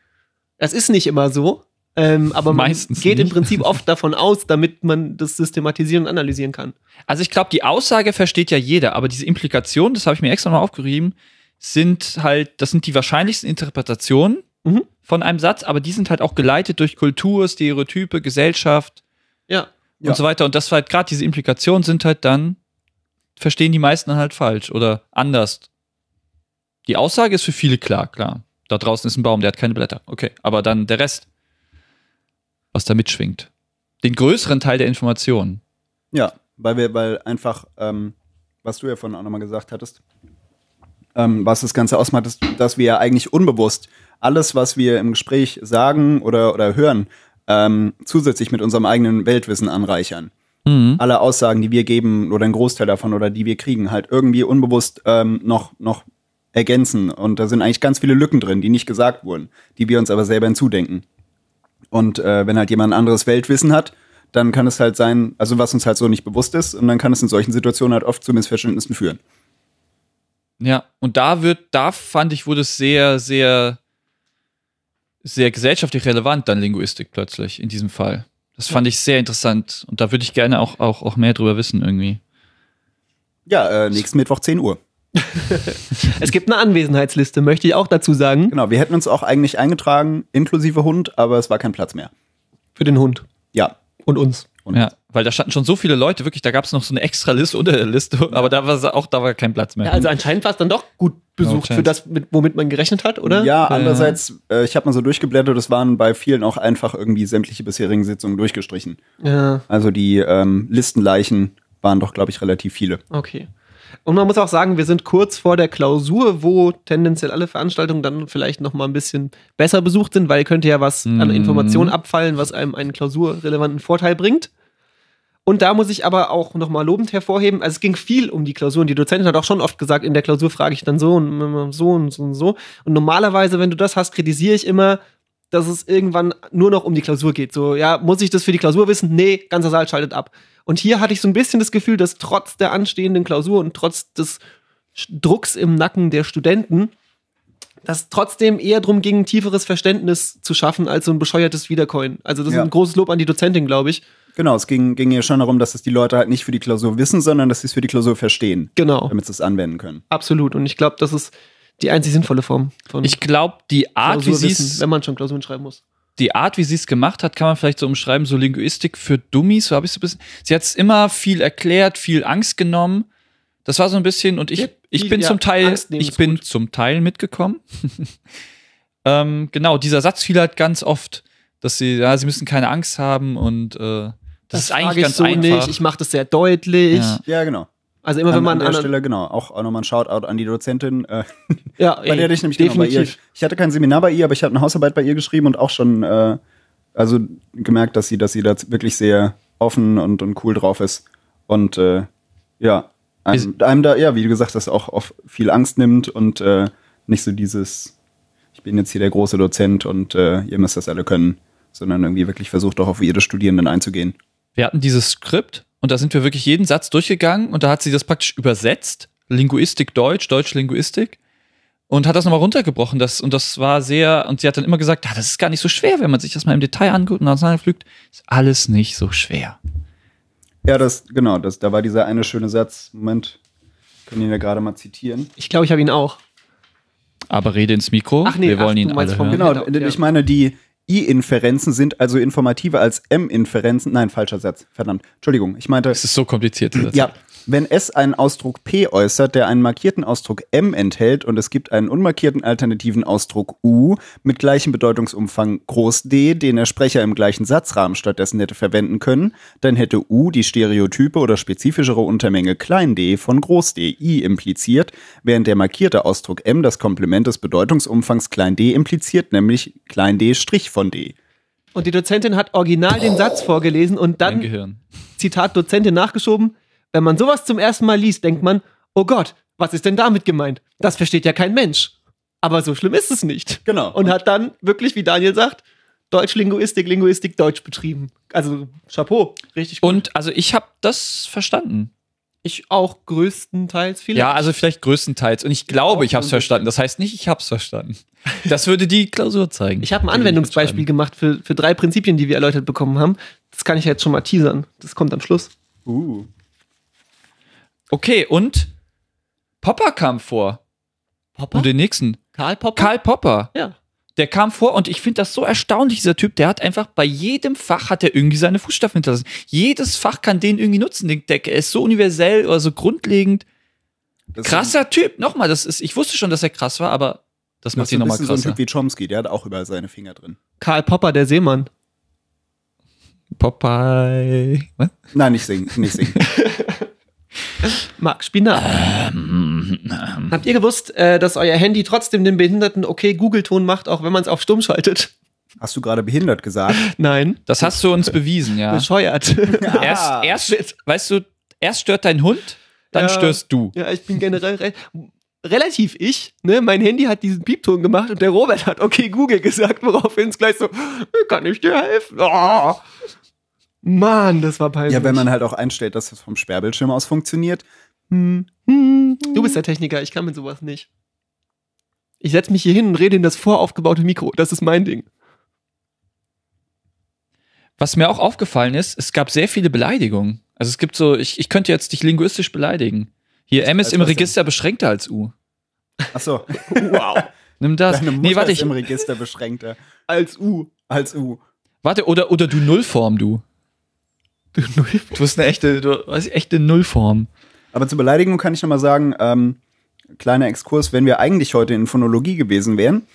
S5: Das ist nicht immer so, ähm, aber man
S1: Meistens
S5: geht im
S1: nicht.
S5: Prinzip oft davon aus, damit man das systematisieren und analysieren kann.
S1: Also ich glaube, die Aussage versteht ja jeder, aber diese Implikationen, das habe ich mir extra noch aufgerieben, sind halt, das sind die wahrscheinlichsten Interpretationen
S5: Mhm.
S1: von einem Satz, aber die sind halt auch geleitet durch Kultur, Stereotype, Gesellschaft
S5: Ja.
S2: Ja.
S1: und so weiter. Und das war halt gerade diese Implikationen sind halt dann, verstehen die meisten dann halt falsch oder anders. Die Aussage ist für viele klar, klar. Da draußen ist ein Baum, der hat keine Blätter. Okay, aber dann der Rest, was da mitschwingt. Den größeren Teil der Informationen.
S2: Ja, weil wir, weil einfach, ähm, was du ja vorhin auch nochmal gesagt hattest, ähm, was das Ganze ausmacht, ist, dass wir ja eigentlich unbewusst alles, was wir im Gespräch sagen oder, oder hören, ähm, zusätzlich mit unserem eigenen Weltwissen anreichern.
S1: Mhm.
S2: alle Aussagen, die wir geben oder ein Großteil davon oder die wir kriegen, halt irgendwie unbewusst ähm, noch, noch ergänzen. Und da sind eigentlich ganz viele Lücken drin, die nicht gesagt wurden, die wir uns aber selber hinzudenken. Und äh, wenn halt jemand ein anderes Weltwissen hat, dann kann es halt sein, also was uns halt so nicht bewusst ist, und dann kann es in solchen Situationen halt oft zu Missverständnissen führen.
S1: Ja, und da wird, da fand ich, wurde es sehr, sehr, sehr gesellschaftlich relevant, dann Linguistik plötzlich in diesem Fall. Das fand ich sehr interessant und da würde ich gerne auch, auch, auch mehr drüber wissen irgendwie.
S2: Ja, äh, nächsten Mittwoch 10 Uhr.
S5: Es gibt eine Anwesenheitsliste, möchte ich auch dazu sagen,
S2: Genau, wir hätten uns auch eigentlich eingetragen, inklusive Hund, aber es war kein Platz mehr.
S5: für den Hund
S2: Ja,
S5: und uns.
S2: Und
S1: Ja, weil da standen schon so viele Leute, wirklich, da gab es noch so eine extra Liste unter der Liste, aber da war auch da war kein Platz mehr.
S7: Ja, also anscheinend war es dann doch gut besucht
S1: chance.
S7: für das, mit, womit man gerechnet hat, oder?
S2: Ja, andererseits, äh, ich habe mal so durchgeblättert, es waren bei vielen auch einfach irgendwie sämtliche bisherigen Sitzungen durchgestrichen.
S7: Ja,
S2: Also die ähm, Listenleichen waren doch, glaube ich, relativ viele.
S7: okay. Und man muss auch sagen, wir sind kurz vor der Klausur, wo tendenziell alle Veranstaltungen dann vielleicht noch mal ein bisschen besser besucht sind, weil könnte ja was an
S1: Mhm.
S7: Informationen abfallen, was einem einen klausurrelevanten Vorteil bringt. Und da muss ich aber auch noch mal lobend hervorheben, also es ging viel um die Klausuren. Die Dozentin hat auch schon oft gesagt, in der Klausur frage ich dann so und so und so und so. Und normalerweise, wenn du das hast, kritisiere ich immer, dass es irgendwann nur noch um die Klausur geht. So, ja, muss ich das für die Klausur wissen? Nee, ganzer Saal schaltet ab. Und hier hatte ich so ein bisschen das Gefühl, dass trotz der anstehenden Klausur und trotz des Sch- Drucks im Nacken der Studenten, dass trotzdem eher darum ging, ein tieferes Verständnis zu schaffen, als so ein bescheuertes Wiedercoin. Also das
S2: Ja.
S7: ist ein großes Lob an die Dozentin, glaube ich.
S2: Genau, es ging, ging ja schon darum, dass es die Leute halt nicht für die Klausur wissen, sondern dass sie es für die Klausur verstehen,
S5: Oh.
S7: Genau,
S2: damit sie es anwenden können.
S7: absolut. Und ich glaube, das ist die einzig sinnvolle Form von
S1: ich glaube, die Art, wie sie
S7: Klausurwissen,
S1: es
S7: wenn man schon Klausuren schreiben muss.
S1: die Art, wie sie es gemacht hat, kann man vielleicht so umschreiben, so Linguistik für Dummies, so habe ich so ein bisschen. Sie hat es immer viel erklärt, viel Angst genommen. Das war so ein bisschen, und ich,
S7: Ja,
S1: ich
S7: die-
S1: bin
S7: ja,
S1: zum Teil,
S7: Angst nehmen
S1: ich
S7: ist
S1: bin zum Teil mitgekommen. ähm, genau, dieser Satz fiel halt ganz oft, dass sie, ja, sie müssen keine Angst haben und äh, das, ist
S7: frage
S1: eigentlich
S7: ich
S1: ganz
S7: so
S1: einfach.
S7: nicht. Ich mache das sehr deutlich.
S1: Ja.
S2: Ja, genau.
S7: Also immer wenn
S2: An,
S7: man
S2: an der
S7: anderen-
S2: Stelle, genau. Auch, auch nochmal ein Shoutout an die Dozentin. Äh,
S7: Ja,
S2: bei
S7: ey,
S2: der hatte ich nämlich
S7: definitiv.
S2: Genau bei ihr. Ich hatte kein Seminar bei ihr, aber ich habe eine Hausarbeit bei ihr geschrieben und auch schon äh, also gemerkt, dass sie, dass sie da wirklich sehr offen und, und cool drauf ist. Und äh, ja, einem, einem da, ja, wie du gesagt hast, auch oft viel Angst nimmt und äh, nicht so dieses, ich bin jetzt hier der große Dozent und äh, ihr müsst das alle können, sondern irgendwie wirklich versucht auch auf ihre Studierenden einzugehen.
S1: wir hatten dieses Skript und da sind wir wirklich jeden Satz durchgegangen und da hat sie das praktisch übersetzt. Linguistik Deutsch, Deutsch Linguistik. Und hat das nochmal runtergebrochen. Das, und das war sehr, und sie hat dann immer gesagt, ah, das ist gar nicht so schwer, wenn man sich das mal im Detail anguckt und auseinanderpflückt, ist alles nicht so schwer.
S2: Ja, das, genau, das, da war dieser eine schöne Satz. Moment, können ihn ja gerade mal zitieren.
S7: Ich glaube, ich habe ihn auch.
S1: Aber rede ins Mikro,
S7: Ach nee,
S1: wir wollen
S7: ach,
S1: ihn
S7: du meinst
S1: alle
S7: vom
S1: hören.
S7: Genau.
S2: Genau,
S7: Hätte auch-
S2: denn
S7: ja.
S2: ich meine, die I-Inferenzen sind also informativer als M-Inferenzen. Nein, falscher Satz. Verdammt. Entschuldigung, ich meinte,
S1: Es ist so kompliziert. dieser Satz.
S2: ja, wenn S einen Ausdruck P äußert, der einen markierten Ausdruck M enthält und es gibt einen unmarkierten alternativen Ausdruck U mit gleichem Bedeutungsumfang groß D, den der Sprecher im gleichen Satzrahmen stattdessen hätte verwenden können, dann hätte U die stereotype oder spezifischere Untermenge klein d von groß D I impliziert, während der markierte Ausdruck M das Komplement des Bedeutungsumfangs klein d impliziert, nämlich klein d Strich von D.
S7: Und die Dozentin hat original den Satz vorgelesen und
S1: Mein
S7: dann,
S1: Gehirn.
S7: Zitat Dozentin nachgeschoben, wenn man sowas zum ersten Mal liest, denkt man, oh Gott, was ist denn damit gemeint? Das versteht ja kein Mensch. Aber so schlimm ist es nicht.
S2: Genau.
S7: Und hat dann wirklich, wie Daniel sagt, Deutsch-Linguistik, Linguistik, Deutsch betrieben. Also Chapeau, richtig gut.
S1: Und also ich habe das verstanden.
S7: ich auch größtenteils vielleicht.
S1: Ja, also vielleicht größtenteils. Und ich glaube, ich habe es verstanden. Das heißt nicht, ich habe es verstanden. Das würde die Klausur zeigen.
S7: Ich habe ein
S1: Würde
S7: Anwendungsbeispiel
S1: mitschreiben.
S7: gemacht für, für drei Prinzipien, die wir erläutert bekommen haben. Das kann ich ja jetzt schon mal teasern. Das kommt am Schluss.
S2: Uh.
S1: Okay, und Popper kam vor.
S7: Popper?
S1: Und den nächsten.
S7: Karl Popper?
S1: Karl Popper.
S7: Ja.
S1: Der kam vor und ich finde das so erstaunlich, dieser Typ, der hat einfach bei jedem Fach hat er irgendwie seine Fußstapfen hinterlassen. Jedes Fach kann den irgendwie nutzen. Den- Der der ist so universell oder so grundlegend.
S2: Das
S1: Krasser Typ. Nochmal, das ist, ich wusste schon, dass er krass war, aber das
S2: Das
S1: macht
S2: ist
S1: ihn
S2: ein
S1: nochmal
S2: bisschen so ein
S1: krasser.
S2: Typ wie Chomsky, der hat auch überall seine Finger drin.
S7: Karl Popper, der Seemann.
S1: Popeye. Was?
S2: Nein, nicht singen, nicht singen.
S7: Marc Spinat.
S2: Ähm,
S7: Habt ihr gewusst, äh, dass euer Handy trotzdem den behinderten okay Google-Ton macht, auch wenn man es auf stumm schaltet?
S2: Hast du gerade behindert gesagt?
S7: Nein.
S1: Das hast du uns bewiesen, ja.
S7: Bescheuert.
S1: Erst, erst, weißt du, erst stört dein Hund, dann
S7: Ja.
S1: störst du.
S7: ja, ich bin generell re relativ ich. Ne? Mein Handy hat diesen Piepton gemacht und der Robert hat okay Google gesagt, woraufhin es gleich so, kann ich dir helfen? Oh. Mann, das war peinlich.
S2: Ja, wenn man halt auch einstellt, dass es vom Sperrbildschirm aus funktioniert.
S7: Du bist der Techniker, ich kann mit sowas nicht. Ich setze mich hier hin und rede in das voraufgebaute Mikro. Das ist mein Ding.
S1: Was mir auch aufgefallen ist, es gab sehr viele Beleidigungen. Also es gibt so, ich, ich könnte jetzt dich linguistisch beleidigen. Hier, M ist
S2: Als
S1: im
S2: was denn?
S1: Register beschränkter als U.
S2: Achso,
S7: Wow.
S1: Nimm das.
S2: deine Mutter
S1: Nee, warte,
S2: ist
S1: ich,
S2: im Register beschränkter
S7: Als U.
S2: als U.
S1: warte, oder, oder du Nullform, du. Du bist eine echte, du hast echte Nullform.
S2: Aber zur Beleidigung kann ich nochmal sagen, ähm, kleiner Exkurs, wenn wir eigentlich heute in Phonologie gewesen wären,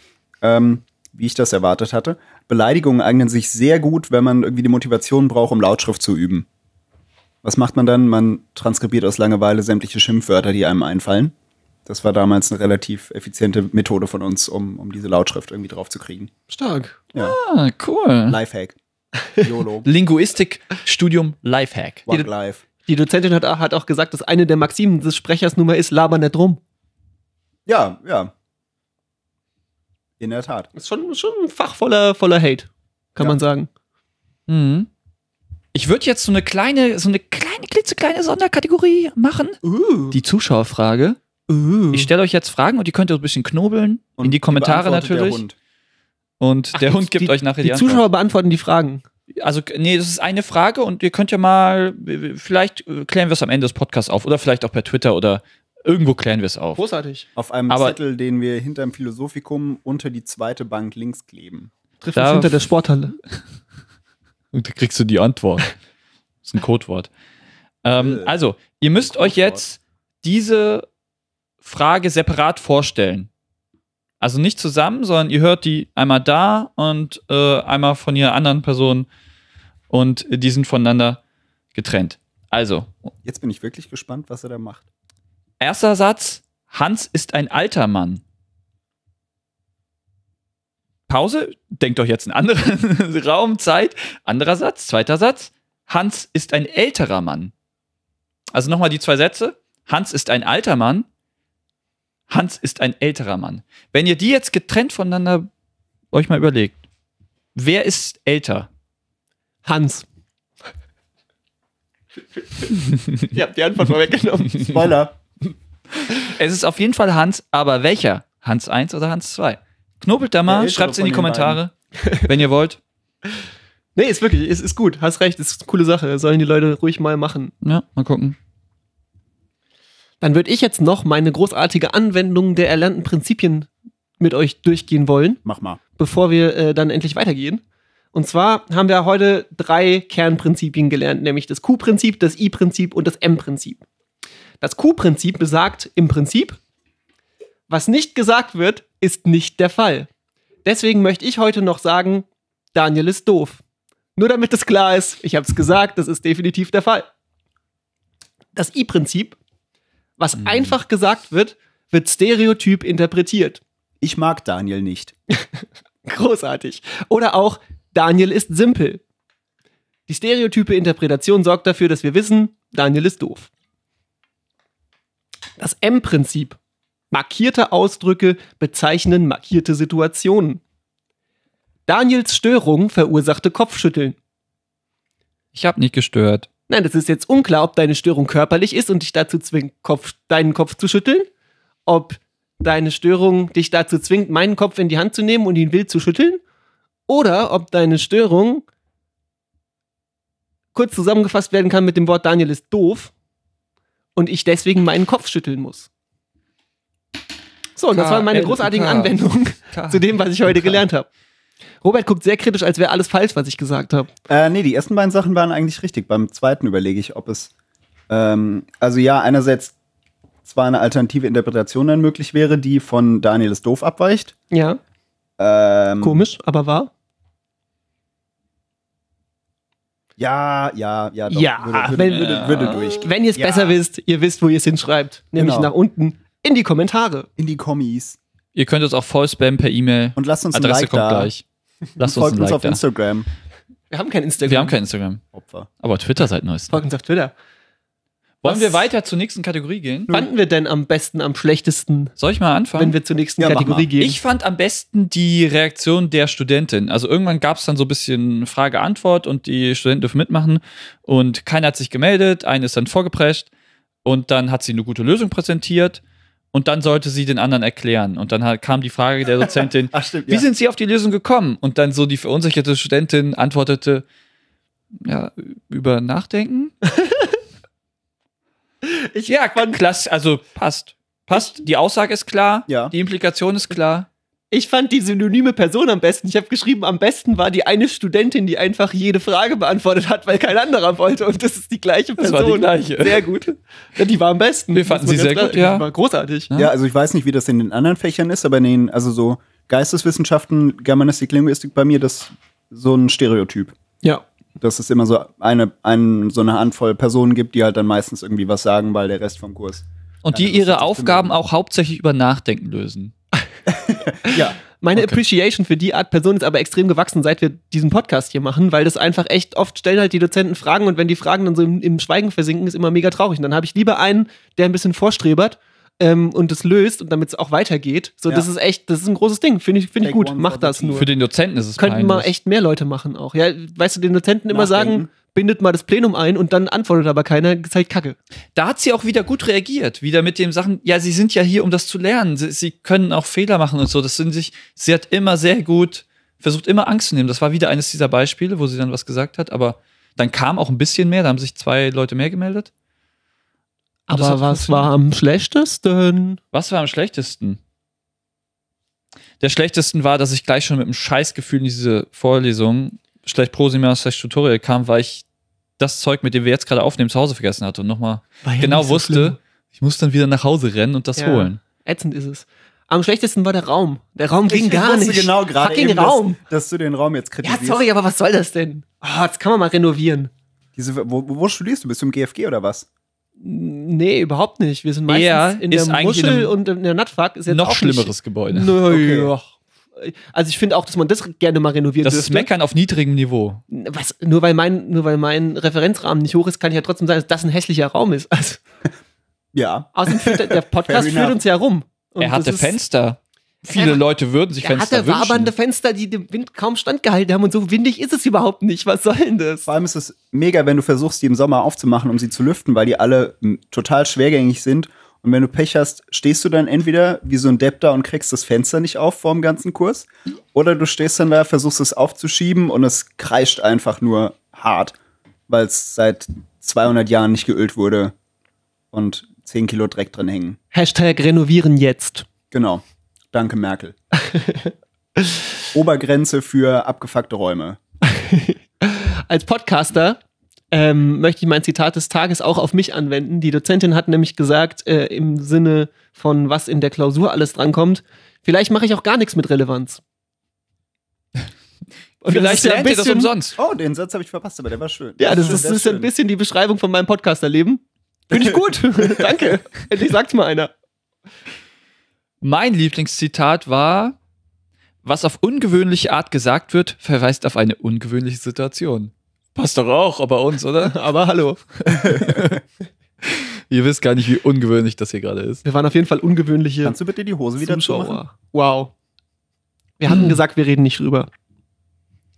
S2: ähm, wie ich das erwartet hatte, Beleidigungen eignen sich sehr gut, wenn man irgendwie die Motivation braucht, um Lautschrift zu üben. Was macht man dann? Man transkribiert aus Langeweile sämtliche Schimpfwörter, die einem einfallen. Das war damals eine relativ effiziente Methode von uns, um, um diese Lautschrift irgendwie drauf zu kriegen.
S7: Stark.
S1: Ah, cool.
S2: Lifehack. YOLO.
S1: Linguistikstudium Lifehack.
S2: One life.
S7: Die Dozentin hat, hat auch gesagt, dass eine der Maximen des Sprechers nun mal ist, laber nicht rum.
S2: Ja, ja. In der Tat.
S7: Ist schon, schon ein Fach voller, voller Hate, kann
S2: Ja.
S7: man sagen.
S1: Mhm. Ich würde jetzt so eine kleine, so eine kleine, klitzekleine Sonderkategorie machen.
S2: Mhm.
S7: Uh.
S1: Die Zuschauerfrage. Ich stelle euch jetzt Fragen und die könnt ihr so ein bisschen knobeln. in die
S2: Und
S1: Kommentare
S2: beantwortet der
S1: natürlich.
S2: Hund.
S1: Und
S7: Ach,
S1: der
S7: die-
S1: Hund gibt
S7: die-
S1: euch nachher die,
S7: Die
S1: Antwort.
S7: Zuschauer beantworten die Fragen.
S1: Also, k- nee, das ist eine Frage und ihr könnt ja mal, äh, vielleicht äh, klären wir es am Ende des Podcasts auf oder vielleicht auch per Twitter oder irgendwo klären wir es auf.
S7: Großartig.
S2: Auf einem
S1: Aber-
S2: Zettel, den wir hinterm Philosophikum unter die zweite Bank links kleben.
S7: Trifft
S1: Da-
S7: uns hinter der Sporthalle.
S1: Und da kriegst du die Antwort. Das ist ein Codewort. Ähm,
S2: Äh,
S1: also, ihr müsst euch
S2: Codewort.
S1: jetzt diese Frage separat vorstellen. Also nicht zusammen, sondern ihr hört die einmal da und äh, einmal von ihrer anderen Person und die sind voneinander getrennt. Also,
S2: Jetzt bin ich wirklich gespannt, was er da macht.
S1: erster Satz: Hans ist ein alter Mann. Pause, denkt euch jetzt einen anderen Raum, Zeit. Anderer Satz, zweiter Satz. Hans ist ein älterer Mann. Also nochmal die zwei Sätze. Hans ist ein alter Mann. Hans ist ein älterer Mann. Wenn ihr die jetzt getrennt voneinander euch mal überlegt, wer ist älter?
S7: Hans. Ihr habt die Antwort vorweggenommen.
S2: Spoiler.
S1: Es ist auf jeden Fall Hans, aber welcher? Hans 1 oder Hans 2? Knobelt da
S2: Der
S1: mal,
S2: ältere
S1: schreibt's in
S2: von
S1: die
S2: den
S1: Kommentare, wenn ihr wollt.
S7: Nee, ist wirklich, ist, ist gut. Hast recht, ist eine coole Sache. Sollen die Leute ruhig mal machen.
S1: Ja, mal gucken.
S7: Dann würde ich jetzt noch meine großartige Anwendung der erlernten Prinzipien mit euch durchgehen wollen,
S2: Mach mal.
S7: bevor wir äh, dann endlich weitergehen. Und zwar haben wir heute drei Kernprinzipien gelernt, nämlich das Q-Prinzip, das I-Prinzip und das M-Prinzip. Das Q-Prinzip besagt im Prinzip, was nicht gesagt wird, ist nicht der Fall. Deswegen möchte ich heute noch sagen, Daniel ist doof. Nur damit es klar ist, ich habe es gesagt, das ist definitiv der Fall. Das I-Prinzip, was
S2: Hm.
S7: einfach gesagt wird, wird stereotyp interpretiert.
S2: Ich mag Daniel nicht.
S7: Großartig. Oder auch Daniel ist simpel. Die stereotype Interpretation sorgt dafür, dass wir wissen, Daniel ist doof. Das M-Prinzip. Markierte Ausdrücke bezeichnen markierte Situationen. Daniels Störung verursachte Kopfschütteln.
S1: Ich habe nicht gestört.
S7: Nein, das ist jetzt unklar, ob deine Störung körperlich ist und dich dazu zwingt, Kopf, deinen Kopf zu schütteln, ob deine Störung dich dazu zwingt, meinen Kopf in die Hand zu nehmen und ihn wild zu schütteln, oder ob deine Störung kurz zusammengefasst werden kann mit dem Wort Daniel ist doof und ich deswegen meinen Kopf schütteln muss. So, und das waren meine
S1: KLK.
S7: großartigen Anwendungen zu dem, was ich heute gelernt habe. Robert guckt sehr kritisch, als wäre alles falsch, was ich gesagt habe.
S2: Äh, nee, die ersten beiden Sachen waren eigentlich richtig. Beim zweiten überlege ich, ob es. Ähm, also, ja, einerseits zwar eine alternative Interpretation dann möglich wäre, die von Daniel ist doof abweicht.
S7: Ja,
S2: Ähm,
S7: komisch, aber wahr.
S2: Ja, ja, ja. Doch,
S7: Ja,
S2: würde,
S7: wenn-
S2: würde, würde,
S1: Ah.
S2: würde durch.
S7: Wenn ihr es
S2: Ja.
S7: besser wisst, ihr wisst, wo ihr es hinschreibt. Nämlich
S2: Genau.
S7: nach unten in die Kommentare.
S2: In die Kommis.
S1: Ihr könnt uns auch voll spammen per E-Mail.
S2: Und lasst uns
S1: Adresse
S2: ein Like
S1: kommt
S2: da.
S1: gleich. Lasst uns
S2: Folgt
S1: ein
S2: uns
S1: Like
S2: auf
S1: da.
S2: Instagram.
S7: Wir haben kein Instagram.
S1: Wir haben kein Instagram.
S2: Opfer.
S1: Aber Twitter seit neuestem.
S7: Folgt uns auf Twitter.
S1: Wollen
S7: Was-
S1: wir weiter zur nächsten Kategorie gehen?
S7: Fanden wir denn am besten, am schlechtesten,
S1: Soll ich mal anfangen?
S7: wenn wir zur nächsten
S2: Ja, mach
S7: Kategorie
S2: mal.
S7: gehen?
S1: Ich fand am besten die Reaktion der Studentin. Also irgendwann gab es dann so ein bisschen Frage-Antwort und die Studenten dürfen mitmachen und keiner hat sich gemeldet, eine ist dann vorgeprescht und dann hat sie eine gute Lösung präsentiert und dann sollte sie den anderen erklären und dann hat, kam die Frage der Dozentin,
S2: Ach, stimmt.
S1: wie sind Sie auf die Lösung gekommen? Und dann so die verunsicherte Studentin antwortete, ja, über Nachdenken?
S7: Ich-
S1: ja, klasse, also passt. Passt, die Aussage ist klar,
S2: Ja.
S1: die Implikation ist klar.
S7: Ich fand die synonyme Person am besten. Ich habe geschrieben, am besten war die eine Studentin, die einfach jede Frage beantwortet hat, weil kein anderer wollte. Und das ist die gleiche
S1: Das
S7: Person.
S1: war die gleiche.
S7: Sehr gut. Ja, die war am besten.
S1: Wir fanden
S7: Muss man
S1: sie
S7: ganz
S1: sehr
S7: klar-
S1: gut, ja.
S7: Die war großartig.
S2: Ja, also ich weiß nicht, wie das in den anderen Fächern ist, aber in den, also so Geisteswissenschaften, Germanistik, Linguistik bei mir, das so ein Stereotyp.
S7: Ja.
S2: Dass es immer so eine, ein, so eine Handvoll Personen gibt, die halt dann meistens irgendwie was sagen, weil der Rest vom Kurs.
S1: Und die
S2: das ist jetzt
S1: ihre
S2: für
S1: Aufgaben
S2: mich-
S1: auch hauptsächlich über Nachdenken lösen.
S2: Ja.
S7: Meine
S1: Okay.
S7: Appreciation für die Art Person ist aber extrem gewachsen, seit wir diesen Podcast hier machen, weil das einfach echt oft stellen halt die Dozenten Fragen und wenn die Fragen dann so im, im Schweigen versinken, ist immer mega traurig. Und dann habe ich lieber einen, der ein bisschen vorstrebert ähm, und das löst und damit es auch weitergeht. So,
S2: Ja.
S7: das ist echt, das ist ein großes Ding. Finde ich, finde ich
S2: Take
S7: gut.
S2: one
S7: Macht
S2: for the
S7: das
S2: team.
S7: nur.
S1: Für den Dozenten ist es
S7: Könnten
S1: peinlich.
S7: mal echt mehr Leute machen auch. Ja, weißt du, den Dozenten immer sagen,
S2: Nachdenken.
S7: bindet mal das Plenum ein und dann antwortet aber keiner, ist halt Kacke.
S1: da hat sie auch wieder gut reagiert, wieder mit dem Sachen, ja, sie sind ja hier, um das zu lernen. Sie, sie können auch Fehler machen und so. Das sind sich, sie hat immer sehr gut versucht, immer Angst zu nehmen. Das war wieder eines dieser Beispiele, wo sie dann was gesagt hat, aber dann kam auch ein bisschen mehr, da haben sich zwei Leute mehr gemeldet. Und das hat
S7: Aber was
S1: funktioniert.
S7: war am schlechtesten?
S1: Was war am schlechtesten? Der schlechtesten war, dass ich gleich schon mit einem Scheißgefühl in diese Vorlesung, schlecht Proseminar, schlecht Tutorial kam, weil ich das Zeug, mit dem wir jetzt gerade aufnehmen, zu Hause vergessen hatte und nochmal
S7: War ja
S1: genau
S7: nicht so
S1: wusste,
S7: schlimm.
S1: ich muss dann wieder nach Hause rennen und das
S7: Ja.
S1: holen.
S7: Ätzend ist es. Am schlechtesten war der Raum. Der Raum ging gar
S2: wusste
S7: nicht.
S2: genau gerade
S7: Fucking
S2: eben,
S7: Raum.
S2: Dass, dass du den Raum jetzt
S7: Ja,
S2: kritisierst.
S7: sorry, aber was soll das denn? Ah, das kann man mal renovieren.
S2: Diese, wo, wo studierst du? Bist du im GFG oder was?
S7: Nee, überhaupt nicht. Wir sind meistens
S1: Ja,
S7: in
S1: ist
S7: der
S1: eigentlich in
S7: Muschel
S1: einem
S7: und in der Nattfuck. Ist jetzt
S1: noch
S7: auch
S1: schlimmeres
S7: Nicht.
S1: Gebäude.
S7: Naja. Also ich finde auch, dass man das gerne mal renovieren
S1: Das ist
S7: dürfte.
S1: Meckern auf niedrigem Niveau.
S7: Was, nur, weil mein, nur weil mein Referenzrahmen nicht hoch ist, kann ich ja trotzdem sagen, dass das ein hässlicher Raum ist. Also,
S2: Ja.
S7: außerdem führt der, der Podcast
S2: Fair
S7: führt
S2: enough.
S7: uns ja rum. Und
S1: er hatte
S7: das ist-
S1: Fenster. Viele
S7: Ja.
S1: Leute würden sich
S7: Er
S1: Fenster
S7: hatte wabernde
S1: wünschen.
S7: Fenster, die dem Wind kaum standgehalten haben und so windig ist es überhaupt nicht. Was soll denn das?
S2: Vor allem ist es mega, wenn du versuchst, die im Sommer aufzumachen, um sie zu lüften, weil die alle m, total schwergängig sind. Und wenn du Pech hast, stehst du dann entweder wie so ein Depp da und kriegst das Fenster nicht auf vor dem ganzen Kurs. Oder du stehst dann da, versuchst es aufzuschieben und es kreischt einfach nur hart, weil es seit 200 Jahren nicht geölt wurde und 10 Kilo Dreck drin hängen.
S7: Hashtag renovieren jetzt.
S2: Genau. Danke, Merkel. Obergrenze für abgefuckte Räume.
S7: Als Podcaster ähm, möchte ich mein Zitat des Tages auch auf mich anwenden. Die Dozentin hat nämlich gesagt, äh, im Sinne von was in der Klausur alles drankommt, vielleicht mache ich auch gar nichts mit Relevanz. Und das
S1: Vielleicht
S7: ist ja ein
S1: lernt ihr das
S7: bisschen-
S1: umsonst.
S2: Oh, den Satz habe ich verpasst, aber der war schön.
S7: Ja, das
S2: Schön,
S7: ist,
S2: der
S7: das ist ein
S2: schön.
S7: bisschen die Beschreibung von meinem Podcasterleben. Finde ich gut. Danke. Endlich sagt's mal einer.
S1: Mein Lieblingszitat war, was auf ungewöhnliche Art gesagt wird, verweist auf eine ungewöhnliche Situation. Passt doch auch aber uns, oder?
S7: Aber hallo.
S1: ihr wisst gar nicht, wie ungewöhnlich das hier gerade ist.
S7: Wir waren auf jeden Fall ungewöhnliche
S2: Kannst du bitte die Hose wieder zumachen?
S7: Zuschauer. Wow. Wir hatten gesagt, wir reden nicht drüber.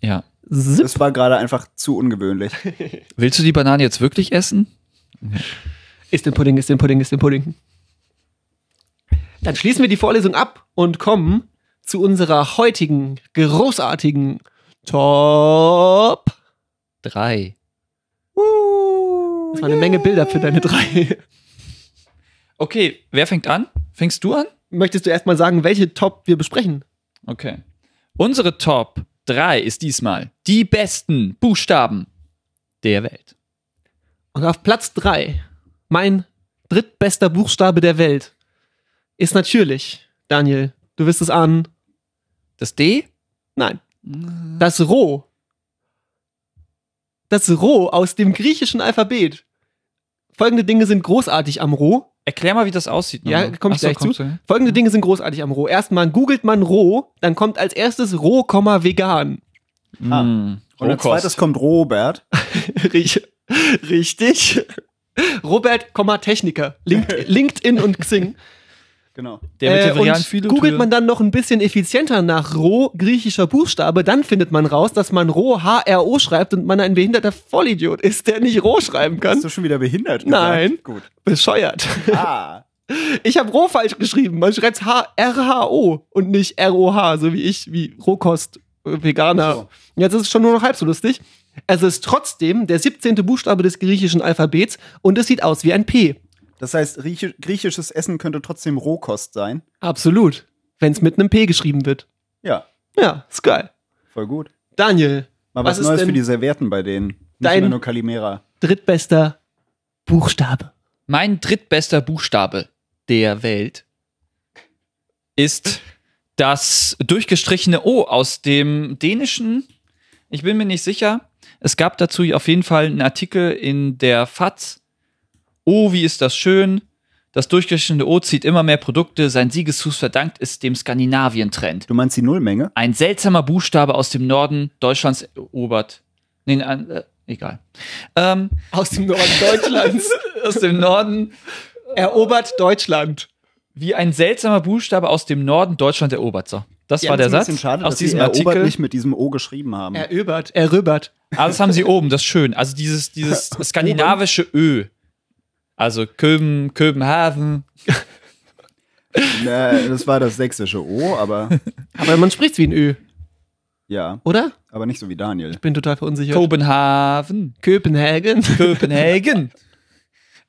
S1: Ja.
S7: Zip.
S2: Das war gerade einfach zu ungewöhnlich.
S1: Willst du die Banane jetzt wirklich essen?
S7: Ist den Pudding, ist den Pudding, ist den Pudding. Dann schließen wir die Vorlesung ab und kommen zu unserer heutigen, großartigen Top.
S1: Drei.
S7: Das war eine Menge Bilder für deine drei.
S1: Okay, wer fängt an? Fängst du an?
S7: Möchtest du erstmal sagen, welche Top wir besprechen?
S1: Okay. Unsere Top 3 ist diesmal die besten Buchstaben der Welt.
S7: Und auf Platz drei, mein drittbester Buchstabe der Welt, ist natürlich, Daniel, du wirst es ahnen,
S1: Das D?
S7: nein, das Roh. Das Roh aus dem griechischen Alphabet. Folgende Dinge sind großartig am Roh.
S1: Erklär mal, wie das aussieht.
S7: Ja,
S1: nochmal.
S7: komm ich
S1: Ach so,
S7: gleich
S1: kommst
S7: zu.
S1: du?
S7: Folgende Dinge sind großartig am Roh. Erstmal googelt man Roh, dann kommt als erstes Roh, Komma, vegan.
S2: Ah.
S1: Mm.
S2: Und als
S1: Rohkost.
S2: zweites kommt Robert.
S7: Ri- Richtig. Robert, Komma, Techniker. Link- LinkedIn und Xing.
S2: Genau.
S1: Der mit
S7: Äh,
S1: der varianten
S7: und googelt man dann noch ein bisschen effizienter nach Roh, griechischer Buchstabe, dann findet man raus, dass man Roh, H-R-O schreibt und man ein behinderter Vollidiot ist, der nicht Roh schreiben
S2: Hast
S7: kann.
S2: du schon wieder behindert?
S7: Nein.
S2: Gesagt? Gut.
S7: Bescheuert.
S2: Ah.
S7: Ich habe Roh falsch geschrieben. Man schreibt H- R-H-O und nicht R-O-H, so wie ich, wie Rohkost, äh, Veganer.
S2: So.
S7: Jetzt ist es schon nur noch halb so lustig. Es ist trotzdem der 17. Buchstabe des griechischen Alphabets und es sieht aus wie ein P.
S2: Das heißt, griechi- griechisches Essen könnte trotzdem Rohkost sein.
S7: Absolut. wenn es mit einem P geschrieben wird.
S2: Ja,
S7: Ja, ist geil.
S2: voll gut.
S7: Daniel,
S2: Mal
S7: Was
S2: was,
S7: ist
S2: Neues
S7: denn
S2: für die Servietten bei denen. Nicht
S7: dein-
S2: immer nur Calimera.
S7: drittbester Buchstabe.
S1: Mein drittbester Buchstabe der Welt ist das durchgestrichene O aus dem dänischen. Ich bin mir nicht sicher. Es gab dazu auf jeden Fall einen Artikel in der FAZ. Oh, wie ist das schön. Das durchgestrichene O zieht immer mehr Produkte. Sein Siegesfuß verdankt ist dem Skandinavien-Trend.
S2: Du meinst die Nullmenge?
S1: Ein seltsamer Buchstabe aus dem Norden Deutschlands erobert. Nee, an- äh, egal. Ähm,
S7: Aus dem Norden Deutschlands.
S1: aus dem Norden
S7: Erobert Deutschland.
S1: wie ein seltsamer Buchstabe aus dem Norden Deutschland erobert. So, das war der
S2: das ist ein
S1: Satz
S2: bisschen schade,
S1: aus
S2: dass
S1: diesem
S2: sie erobert
S1: Artikel.
S2: nicht mit diesem O geschrieben haben.
S7: Eröbert. Erröbert.
S1: Ah, das haben sie oben, das ist schön. Also dieses, dieses skandinavische Ö. Also Köben, Köbenhaven.
S2: Äh, das war das sächsische O, aber
S7: Aber man spricht wie ein Ö,
S2: ja,
S7: oder?
S2: aber nicht so wie Daniel.
S7: Ich bin total verunsichert.
S1: Kopenhagen.
S7: Köpenhagen.
S1: Köpenhagen.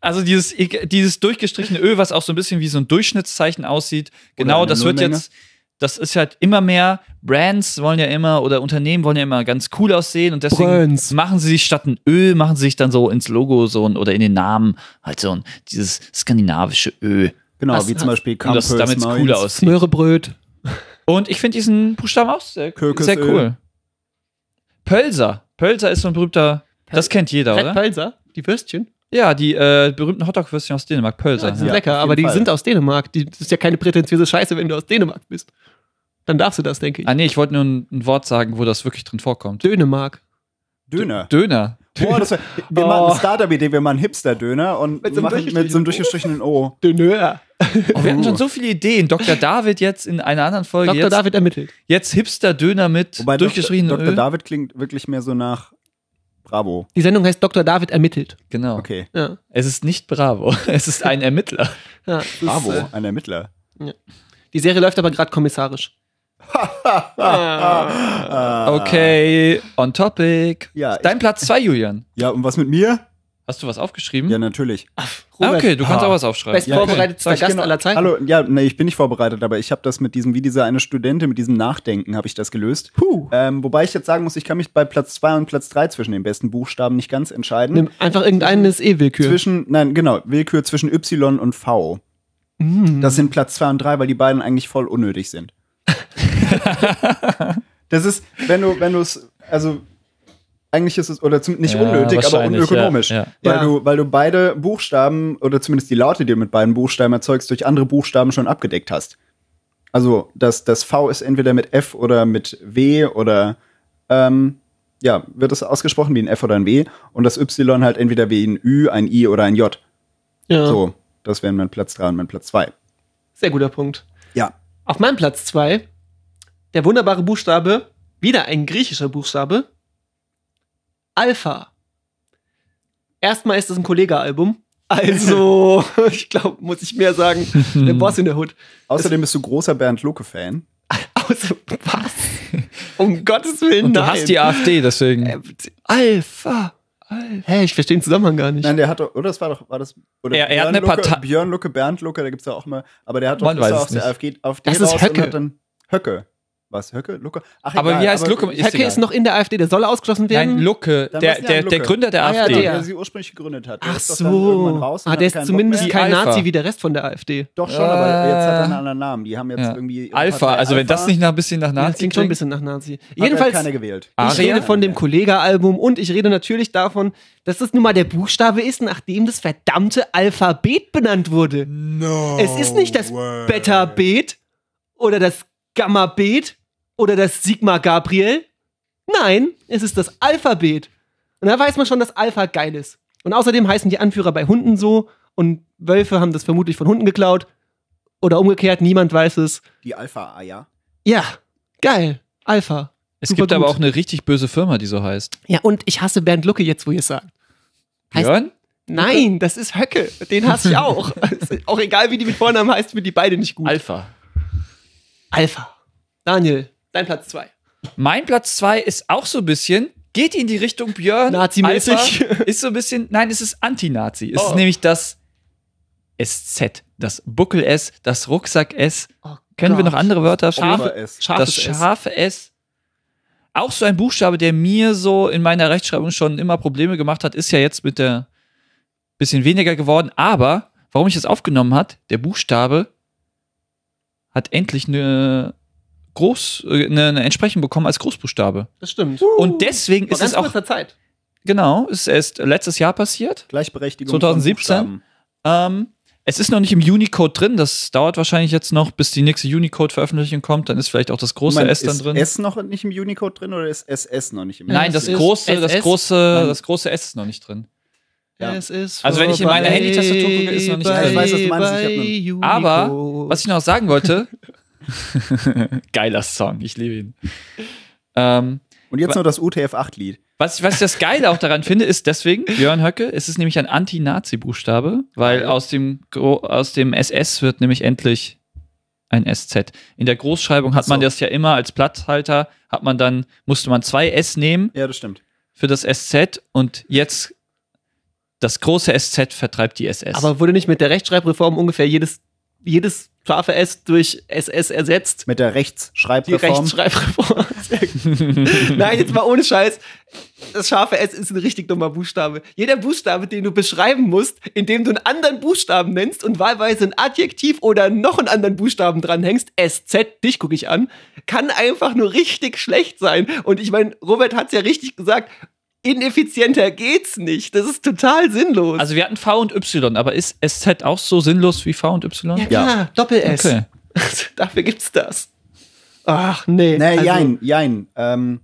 S1: Also dieses, dieses durchgestrichene Ö, was auch so ein bisschen wie so ein Durchschnittszeichen aussieht, genau,
S2: eine
S1: das wird
S2: Nullmenge.
S1: jetzt, das ist halt immer mehr, Brands wollen ja immer oder Unternehmen wollen ja immer ganz cool aussehen und deswegen
S7: Brands.
S1: machen sie sich statt ein Ö, machen sie sich dann so ins Logo so ein, oder in den Namen halt so ein, dieses skandinavische Ö.
S2: Genau,
S7: Was-
S2: wie zum Beispiel
S1: Und das
S2: Campus
S1: damit cool
S2: Mainz.
S1: aussieht.
S7: Möhrebröt.
S1: Und ich finde diesen Buchstaben auch sehr,
S2: Kökes
S1: sehr
S2: Ö.
S1: cool. Pölser. Pölser ist so ein berühmter, das kennt jeder,
S7: Fred
S1: oder?
S7: Pölser. Die Würstchen.
S1: Ja, die äh, berühmten Hotdog-Würstchen aus Dänemark, Pölser.
S7: Ja, die sind
S2: Ja,
S7: lecker,
S2: auf jeden
S7: aber die
S2: Fall.
S7: sind aus Dänemark. Die, das ist ja keine prätentiöse Scheiße, wenn du aus Dänemark bist. Dann darfst du das, denke ich.
S1: Ah nee, ich wollte nur ein, ein Wort sagen, wo das wirklich drin vorkommt.
S7: Dänemark.
S2: Döner.
S1: Döner.
S2: Oh, das wär, wir
S7: Oh.
S2: machen eine Startup-Idee, wir machen Hipster-Döner und
S7: Mit so einem
S2: machen mit so einem durchgestrichenen O.
S7: Dönöer.
S1: Oh, wir hatten schon so viele Ideen. Dr. David jetzt in einer anderen Folge.
S7: Dr.
S1: Jetzt,
S7: David ermittelt.
S1: jetzt Hipster-Döner mit
S2: Wobei
S1: durchgeschriebenem
S2: Dr.
S1: Ö.
S2: David klingt wirklich mehr so nach Bravo.
S7: Die Sendung heißt Dr. David ermittelt.
S1: Genau.
S2: Okay.
S7: Ja.
S1: Es ist nicht Bravo. Es ist ein Ermittler.
S7: ja.
S2: Bravo, ein Ermittler.
S7: Die Serie läuft aber gerade kommissarisch.
S2: Ah.
S1: Okay, on topic.
S2: Ja,
S1: Ist Dein Platz 2, Julian.
S2: Ja, und was mit mir?
S1: Hast du was aufgeschrieben?
S7: Hm?
S2: Ja, natürlich.
S1: ah,
S7: Robert,
S1: okay, du kannst auch was aufschreiben.
S7: Best
S2: Ja, okay.
S7: vorbereitetster
S2: Soll ich
S7: Gast
S2: genau-
S7: aller Zeiten.
S2: Hallo, ja, nee, ich bin nicht vorbereitet, aber ich habe das mit diesem, wie diese eine Studentin, mit diesem Nachdenken habe ich das gelöst.
S7: Puh.
S2: Ähm, wobei ich jetzt sagen muss, ich kann mich bei Platz 2 und Platz 3 zwischen den besten Buchstaben nicht ganz entscheiden.
S1: Hm?
S7: Nimm einfach irgendeinen ist eh Willkür.
S2: Zwischen, nein, genau, Willkür zwischen Y und V.
S1: Mm.
S2: Das sind Platz 2 und 3, weil die beiden eigentlich voll unnötig sind. das ist, wenn du, wenn du es, also eigentlich ist es, oder zum, nicht
S1: Ja,
S2: unnötig, aber
S1: wahrscheinlich,
S2: unökonomisch.
S1: ja, ja.
S2: Weil,
S7: Ja.
S2: Du, weil du beide Buchstaben, oder zumindest die Laute, die du mit beiden Buchstaben erzeugst, durch andere Buchstaben schon abgedeckt hast. Also das, das V ist entweder mit F oder mit W oder ähm, ja, wird es ausgesprochen wie ein F oder ein W und das Y halt entweder wie ein Ü, ein I oder ein J.
S7: Ja.
S2: So, das wären mein Platz 3 und mein Platz 2.
S7: Sehr guter Punkt.
S2: Ja.
S7: Auf meinem Platz zwei der wunderbare Buchstabe, wieder ein griechischer Buchstabe, Alpha. Erstmal ist das ein Kollega-Album. Also, ich glaube, muss ich mehr sagen. Der Boss in der Hood.
S2: Außerdem bist du großer Bernd Lucke-Fan.
S7: Außer, Also, was? Um Gottes Willen,
S1: Und du
S7: nein.
S1: hast die AfD, deswegen.
S7: Alpha. Hä, ich verstehe den Zusammenhang gar nicht.
S2: Nein, der hat doch, oder das war doch, war das, oder
S1: Er- er hat eine
S2: Lucke,
S1: Partei-
S2: Björn Lucke, Bernd Lucke, da gibt's ja auch mal, aber der hat doch
S1: Man
S2: ist
S1: weiß
S2: ja
S1: es
S2: aus der AfD, AfD
S7: Das ist
S2: raus
S7: Höcke.
S2: und hat dann Höcke. Was, Höcke? Lucke? Ach,
S1: Aber wie heißt Lucke?
S7: Höcke
S1: egal.
S7: ist noch in der AfD, der soll ausgeschlossen werden.
S1: Nein, Lucke.
S2: Dann
S1: Der,
S2: was- ja,
S1: der, der
S2: Lucke.
S1: Gründer der
S7: Ah, ja,
S1: AfD.
S2: Der,
S7: der.
S2: der sie ursprünglich gegründet hat. Der
S7: Ach
S2: ist doch dann irgendwann
S7: so.
S2: raus und
S7: ah,
S2: hat
S7: der ist
S2: keinen Bock
S7: zumindest
S1: Die
S2: mehr.
S7: kein
S1: Alpha.
S7: Nazi wie der Rest von der AfD.
S2: Doch schon, aber jetzt hat er einen
S1: Äh,
S2: anderen Namen. Die haben jetzt
S1: ja.
S2: irgendwie.
S1: Alpha,
S2: Partei
S1: also wenn das
S2: Alpha,
S1: nicht nach ein bisschen nach
S7: Ja, das
S1: Nazi
S7: klingt schon ein bisschen nach Nazi.
S2: hat halt
S7: Jedenfalls,
S2: keiner gewählt.
S1: Ah,
S7: ich
S1: Aria?
S7: rede von dem Kollega-Album und ich rede natürlich davon, dass das nun mal der Buchstabe ist, nach dem das verdammte Alphabet benannt wurde.
S2: No.
S7: es ist nicht das Beta-Bet oder das Gamma-Bet oder das Sigma-Gabriel. Nein, es ist das Alphabet. Und da weiß man schon, dass Alpha geil ist. Und außerdem heißen die Anführer bei Hunden so und Wölfe haben das vermutlich von Hunden geklaut oder umgekehrt, niemand weiß es.
S2: Die ah Alpha-Eier.
S7: Ja, geil. Alpha.
S1: Es
S7: Super
S1: gibt aber
S7: gut.
S1: auch eine richtig böse Firma, die so heißt.
S7: Ja, und ich hasse Bernd Lucke jetzt, wo ihr es sagt. Heißt-
S1: Björn?
S7: Nein, das ist Höcke. Den hasse ich auch. Ist auch egal, wie die mit Vornamen heißt, finde die beide nicht gut.
S1: Alpha.
S7: Alpha. Daniel, dein Platz zwei.
S1: Mein Platz 2 ist auch so ein bisschen, geht in die Richtung Björn.
S7: Nazimäßig.
S1: Alpha, Ist so ein bisschen, nein, es ist Anti-Nazi. Es
S7: Oh.
S1: ist nämlich das SZ, das Buckel S, das Rucksack S,
S7: Oh
S1: Können wir noch andere Wörter? Scharfe,
S2: S.
S1: das scharfe S. Auch so ein Buchstabe, der mir so in meiner Rechtschreibung schon immer Probleme gemacht hat, ist ja jetzt mit der bisschen weniger geworden. Aber warum ich es aufgenommen hat, der Buchstabe hat endlich eine Groß, äh, eine, eine Entsprechung bekommen als Großbuchstabe.
S7: Das stimmt.
S2: Uh.
S1: Und deswegen
S2: Oh,
S7: Vor
S1: ist es auch,
S7: kurzer Zeit.
S1: genau, ist erst letztes Jahr passiert.
S2: Gleichberechtigung.
S1: 2017?
S2: von Buchstaben.
S1: Ähm, es ist noch nicht im Unicode drin. Das dauert wahrscheinlich jetzt noch, bis die nächste Unicode-Veröffentlichung kommt. Dann ist vielleicht auch das große
S2: Moment,
S1: S dann
S2: ist
S1: drin.
S2: S noch nicht im Unicode drin oder ist SS noch nicht im
S1: Nein, das
S7: Es ist
S1: große, das
S7: SS.
S1: große, das große S ist noch nicht drin.
S2: Ja.
S7: Es ist
S1: Also wenn ich in meine
S7: vorbei,
S1: Handytastatur gucke, ist noch nicht-
S7: bei-
S2: Ja, ich weiß, was du meinst. Ich hab
S7: bei Unicode.
S1: Aber Was ich noch sagen wollte, geiler Song, ich liebe ihn. Ähm,
S2: Und jetzt noch das UTF-8-Lied.
S1: was, ich- was ich das Geile auch daran finde, ist deswegen, Björn Höcke, es ist nämlich ein Anti-Nazi-Buchstabe, weil aus dem, Gro- aus dem SS wird nämlich endlich ein SZ. In der Großschreibung hat
S2: Ach so.
S1: man das ja immer als Platzhalter, hat man dann, musste man zwei S nehmen
S2: Ja, das stimmt.
S1: für das SZ und jetzt das große SZ vertreibt die SS.
S7: Aber wurde nicht mit der Rechtschreibreform ungefähr jedes, jedes scharfe S durch SS ersetzt?
S2: Mit der
S7: Die
S2: Rechtschreibreform.
S7: Rechtschreibreform. Nein, jetzt mal ohne Scheiß. Das scharfe S ist ein richtig dummer Buchstabe. Jeder Buchstabe, den du beschreiben musst, indem du einen anderen Buchstaben nennst und wahlweise ein Adjektiv oder noch einen anderen Buchstaben dranhängst, SZ, dich gucke ich an, kann einfach nur richtig schlecht sein. Und ich meine, Robert hat es ja richtig gesagt, ineffizienter geht's nicht. Das ist total sinnlos.
S1: also wir hatten V und Y, aber ist SZ auch so sinnlos wie V und Y?
S7: klar, Doppel-S.
S1: Okay.
S7: Ah, Dafür gibt's das. Ach, nee.
S2: Nee,
S7: also-
S2: jein, jein. Ähm,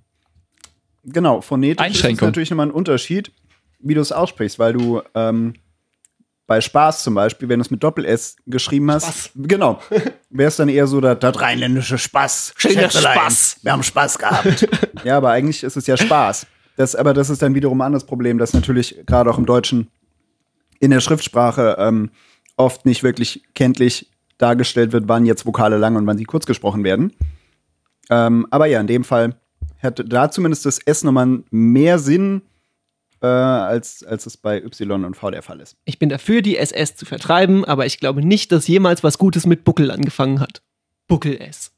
S2: genau, phonetisch ist
S1: Einschränkung.
S2: es natürlich nochmal ein Unterschied, wie du es aussprichst, weil du ähm, bei Spaß zum Beispiel, wenn du es mit Doppel-S geschrieben hast,
S7: Spaß.
S2: genau, wäre es dann eher so das, das rheinländische Spaß.
S7: Schöner
S2: Schätzelein,
S7: Spaß.
S2: Wir haben Spaß gehabt. ja, aber eigentlich ist es ja Spaß. Das, aber das ist dann wiederum ein anderes Problem, dass natürlich gerade auch im Deutschen in der Schriftsprache ähm, oft nicht wirklich kenntlich dargestellt wird, wann jetzt Vokale lang und wann sie kurz gesprochen werden. Ähm, aber ja, in dem Fall hätte da zumindest das S nochmal mehr Sinn, äh, als, als es bei Y und V der Fall ist.
S7: Ich bin dafür, die SS zu vertreiben, aber ich glaube nicht, dass jemals was Gutes mit Buckel angefangen hat. Buckel S.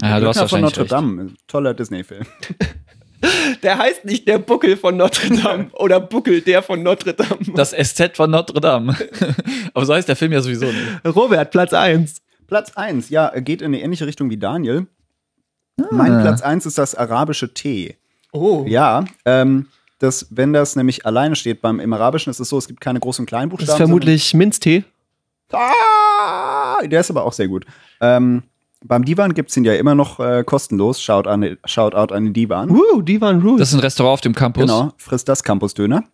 S1: Ja, du hast
S2: Glück
S1: wahrscheinlich
S2: von Notre
S1: recht.
S2: Dame, ein toller Disney-Film.
S7: Der heißt nicht der Buckel von Notre Dame oder Buckel der von Notre Dame.
S1: Das SZ von Notre Dame. Aber so heißt der Film ja sowieso nicht.
S7: Robert, Platz 1.
S2: Platz 1, ja, geht in eine ähnliche Richtung wie Daniel.
S1: Ah.
S2: Mein Platz 1 ist das arabische T.
S7: Oh.
S2: Ja, ähm, das, wenn das nämlich alleine steht, beim, im Arabischen ist es so, es gibt keine Groß- und
S7: Das
S2: Kleinbuchstaben.
S7: ist vermutlich Minztee.
S2: sondern- Ah, der ist aber auch sehr gut. Ähm, beim Divan gibt es ihn ja immer noch äh, kostenlos. Shout, an, shout out an den Divan.
S7: Woo, Uh, die waren rude.
S1: Das ist ein Restaurant auf dem Campus.
S2: Genau, frisst das Campusdöner.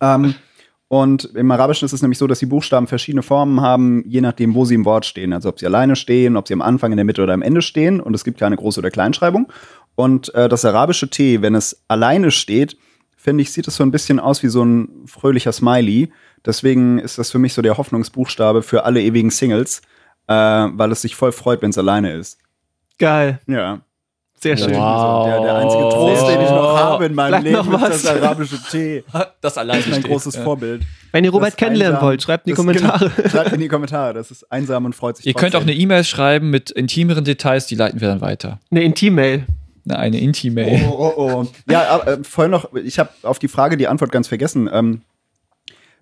S2: ähm, und im Arabischen ist es nämlich so, dass die Buchstaben verschiedene Formen haben, je nachdem, wo sie im Wort stehen. Also ob sie alleine stehen, ob sie am Anfang, in der Mitte oder am Ende stehen. Und es gibt keine Groß- oder Kleinschreibung. Und äh, das arabische T, wenn es alleine steht, finde ich, sieht es so ein bisschen aus wie so ein fröhlicher Smiley. Deswegen ist das für mich so der Hoffnungsbuchstabe für alle ewigen Singles, äh, weil es sich voll freut, wenn es alleine ist.
S7: Geil.
S2: Ja.
S7: Sehr schön.
S1: Wow.
S2: So, der, der einzige Trost, den ich noch habe in meinem
S7: Sag
S2: Leben,
S7: Oh. noch
S2: ist
S7: was.
S2: das arabische T.
S1: Das allein
S2: Das ist mein großes Vorbild.
S7: Wenn ihr Robert
S2: Das
S7: kennenlernen
S2: einsam-
S7: wollt, schreibt in die
S2: das-
S7: Kommentare.
S2: Genau, schreibt in die Kommentare. Das ist einsam und freut sich.
S1: Ihr könnt auch eine E-Mail schreiben mit intimeren Details, die leiten wir dann weiter.
S7: Eine Intim-Mail.
S1: Na, eine Inti-Mail.
S2: Oh, oh, oh. Ja, aber, äh, vorhin noch, ich habe auf die Frage die Antwort ganz vergessen. Ähm,